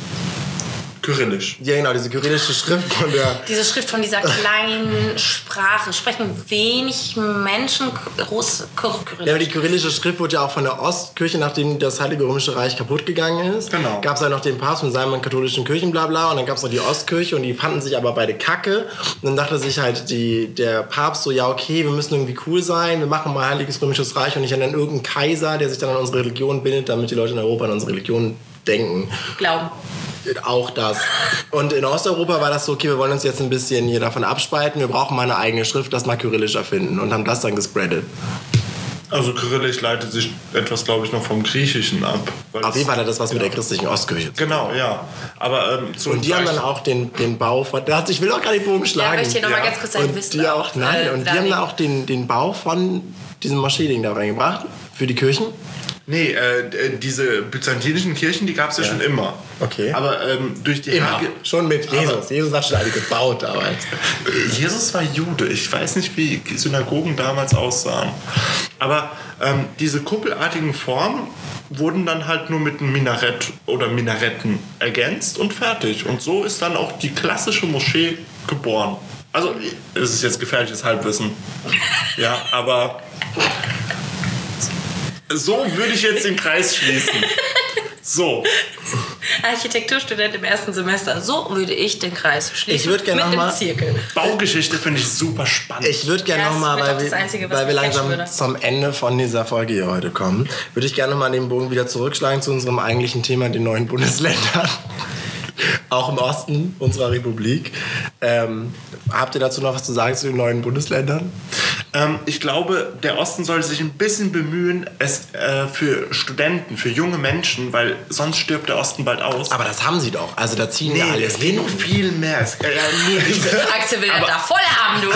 Kyrillisch. Ja, genau, diese kyrillische Schrift von der. Diese Schrift von dieser kleinen Sprache sprechen wenig Menschen groß Ja, aber Kyrillisch. die kyrillische Schrift wurde ja auch von der Ostkirche, nachdem das Heilige Römische Reich kaputt gegangen ist. Genau. Gab es ja noch den Papst mit seinem katholischen Kirchen, bla bla. Und dann gab es noch die Ostkirche und die fanden sich aber beide kacke. Und dann dachte sich halt die, der Papst so, ja okay, wir müssen irgendwie cool sein, wir machen mal Heiliges Römisches Reich und nicht an irgendeinen Kaiser, der sich dann an unsere Religion bindet, damit die Leute in Europa an unsere Religion denken. Glauben. Auch das. Und in Osteuropa war das so, okay, wir wollen uns jetzt ein bisschen hier davon abspalten, wir brauchen mal eine eigene Schrift, das mal kyrillisch erfinden und haben das dann gespreadet. Also Kyrillisch leitet sich etwas, glaube ich, noch vom Griechischen ab. weil Auf es- jeden Fall hat das was mit der christlichen Ostkirche zu Genau, ja. Aber ähm, zu Und die haben dann Reich- auch den, den Bau von. Da hat- Ich will auch gar nicht Bogen Da schlagen. möchte ich dir nochmal Ja. ganz kurz ein und Wissen. die auch, nein, äh, und die haben darlegen. da auch den, den Bau von diesem Moscheeding da reingebracht. Für die Kirchen. Nee, äh, d- äh, diese byzantinischen Kirchen, die gab es ja. schon immer. Okay. Aber ähm, durch die Herge- Schon mit Aber- Jesus. Jesus hat schon alle gebaut damals. Jesus war Jude. Ich weiß nicht, wie Synagogen damals aussahen. Aber ähm, diese kuppelartigen Formen wurden dann halt nur mit einem Minarett oder Minaretten ergänzt und fertig. Und so ist dann auch die klassische Moschee geboren. Also, es ist jetzt gefährliches Halbwissen. Ja, aber so würde ich jetzt den Kreis schließen. So, Architekturstudent im ersten Semester. So würde ich den Kreis schließen. Ich würd gerne Mit noch mal- einem Zirkel. Baugeschichte finde ich super spannend. Ich würde gerne Ja, das nochmal, wird weil, auch das wir- Einzige, was weil wir mich langsam catchen würde. zum Ende von dieser Folge hier heute kommen, würde ich gerne nochmal den Bogen wieder zurückschlagen zu unserem eigentlichen Thema, den neuen Bundesländern. Auch im Osten unserer Republik. Ähm, habt ihr dazu noch was zu sagen zu den neuen Bundesländern? Ähm, ich glaube, der Osten sollte sich ein bisschen bemühen, es äh, für Studenten, für junge Menschen, weil sonst stirbt der Osten bald aus. Aber das haben sie doch. Also da ziehen nee, ja alle es geht hin. noch viel mehr. Es, äh, nur, Axel will da voll haben, du.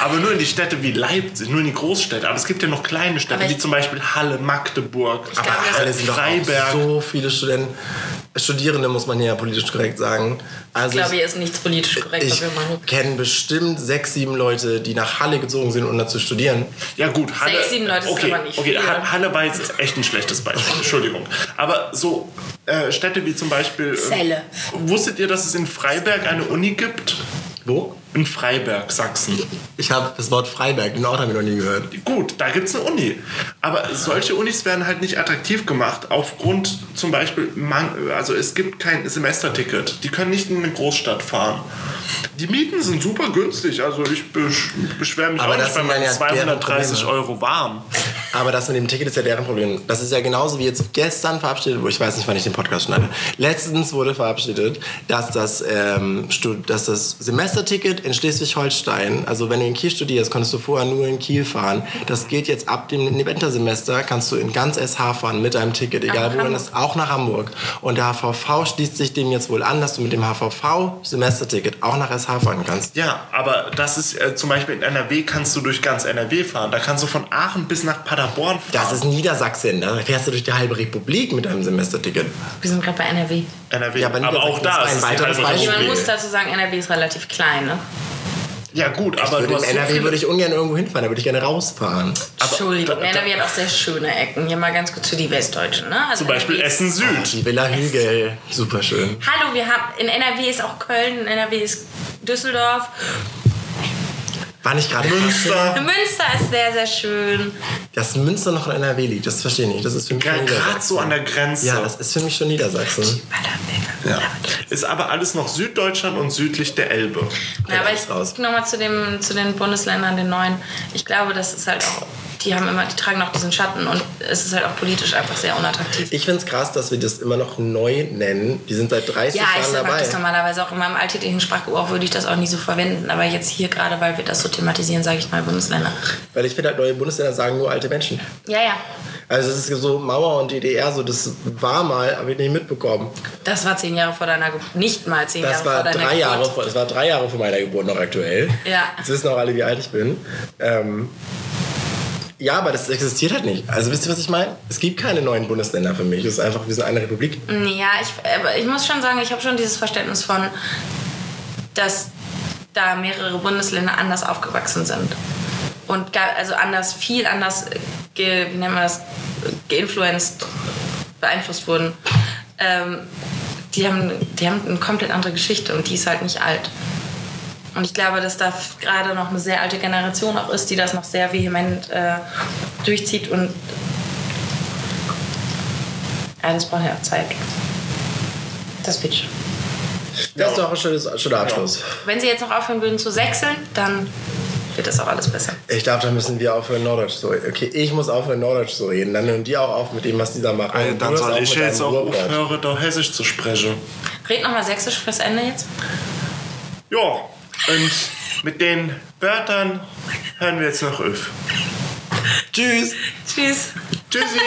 aber nur in die Städte wie Leipzig, nur in die Großstädte. Aber es gibt ja noch kleine Städte, Aber wie ich- zum Beispiel Halle, Magdeburg, glaube, aber das- Alle sind doch auch Freiberg. so viele Studenten. Studierende muss man hier ja politisch korrekt sagen. Also Ich glaube, hier ist nichts politisch korrekt, was ich wir machen. kenne bestimmt sechs, sieben Leute, die nach Halle gezogen sind, um da zu studieren. Ja gut, Halle. Sechs, sieben Leute ist okay, aber nicht Okay, viel. Ha- Halle war jetzt echt ein schlechtes Beispiel. Entschuldigung. Aber so äh, Städte wie zum Beispiel. ähm, Celle. Wusstet ihr, dass es in Freiberg eine Uni gibt? Wo? In Freiberg, Sachsen. Ich habe das Wort Freiberg, den Ort habe ich noch nie gehört. Gut, da gibt es eine Uni. Aber solche Unis werden halt nicht attraktiv gemacht, aufgrund zum Beispiel, man also es gibt kein Semesterticket. Die können nicht in eine Großstadt fahren. Die Mieten sind super günstig, also ich besch beschwere mich Aber auch das nicht bei sind dann meinen ja deren 230 Probleme. Euro warm. Aber das mit dem Ticket ist ja deren Problem. Das ist ja genauso wie jetzt gestern verabschiedet, wo ich weiß nicht, wann ich den Podcast schneide. Letztens wurde verabschiedet, dass das, ähm, Stu- dass das Semesterticket in Schleswig-Holstein, also wenn du in Kiel studierst, konntest du vorher nur in Kiel fahren. Das gilt jetzt ab dem Wintersemester, kannst du in ganz SH fahren mit deinem Ticket, egal Nach wo du Hamburg. das auch nach Hamburg. Und der HVV schließt sich dem jetzt wohl an, dass du mit dem HVV-Semesterticket auch nach SH fahren kannst. Ja, aber das ist äh, zum Beispiel in NRW kannst du durch ganz NRW fahren. Da kannst du von Aachen bis nach Paderborn fahren. Das ist Niedersachsen, ne? da fährst du durch die halbe Republik mit deinem Semesterticket. Wir sind gerade bei NRW. NRW. Ja, aber aber auch Niedersachsen da ist ist ein es die weiteres halbe Beispiel. Man Republik. muss dazu sagen, NRW ist relativ klein, ne? Ja gut, aber Würde Also du Also in hast so NRW viele- würde ich ungern irgendwo hinfahren, da würde ich gerne rausfahren. Entschuldigung, da- da- NRW hat auch sehr schöne Ecken. Hier mal ganz kurz für die Westdeutschen, ne? Also zum Beispiel NRW ist- Essen Süd. Die Villa Hügel, super schön. Hallo, wir haben in NRW ist auch Köln, in NRW ist Düsseldorf. War nicht gerade Münster. Münster ist sehr, sehr schön. Dass Münster noch in NRW liegt, das verstehe ich nicht. Das ist für mich Ja, schon gerade Niedersachsen. so an der Grenze. Ja, das ist für mich schon Niedersachsen. Ja. Ist aber alles noch Süddeutschland und südlich der Elbe. Ja, aber alles ich raus. nochmal zu, dem, zu den Bundesländern, den neuen. Ich glaube, das ist halt auch, die haben immer, die tragen auch diesen Schatten und es ist halt auch politisch einfach sehr unattraktiv. Ich finde es krass, dass wir das immer noch neu nennen. Die sind seit 30 ja, ich Jahren mag dabei. das normalerweise auch in meinem alltäglichen Sprachgebrauch würde ich das auch nie so verwenden, aber jetzt hier gerade, weil wir das so thematisieren, sage ich mal Bundesländer. Weil ich finde halt, neue Bundesländer sagen nur alte Menschen. Ja, ja, Also es ist so Mauer und DDR, so das war mal, habe ich nicht mitbekommen. das war zehn Jahre vor deiner Geburt, nicht mal zehn Das Jahre vor war deiner drei Jahre, Geburt. vor, das war drei Jahre vor meiner Geburt noch aktuell. Ja. Jetzt wissen auch alle, wie alt ich bin. Ähm, ja, aber das existiert halt nicht. Also wisst ihr, was ich meine? Es gibt keine neuen Bundesländer für mich. Es ist einfach, wir sind eine Republik. Ja, ich, aber ich muss schon sagen, ich habe schon dieses Verständnis von, dass da mehrere Bundesländer anders aufgewachsen sind. Und ga- also anders, viel anders, äh, ge, wie nennt man das, geinfluenced, beeinflusst wurden. Ähm, die haben, die haben eine komplett andere Geschichte und die ist halt nicht alt. Und ich glaube, dass da gerade noch eine sehr alte Generation auch ist, die das noch sehr vehement äh, durchzieht und ja, das braucht ja auch Zeit. Das wird schon. Das ist doch ein schönes, schöner Abschluss. Wenn sie jetzt noch aufhören würden zu sechseln, dann wird das auch alles besser. Ich glaube, dann müssen wir aufhören, Norddeutsch zu reden. Okay, ich muss aufhören, Norddeutsch zu reden. Dann hören die auch auf mit dem, was die da machen. Also, Und du dann hörst soll auf ich mit jetzt deinem auch Ruhrpott. aufhören, da Hessisch zu sprechen. Red nochmal sächsisch fürs Ende jetzt. Ja, und mit den Wörtern hören wir jetzt noch auf. Tschüss. Tschüss. Tschüssi!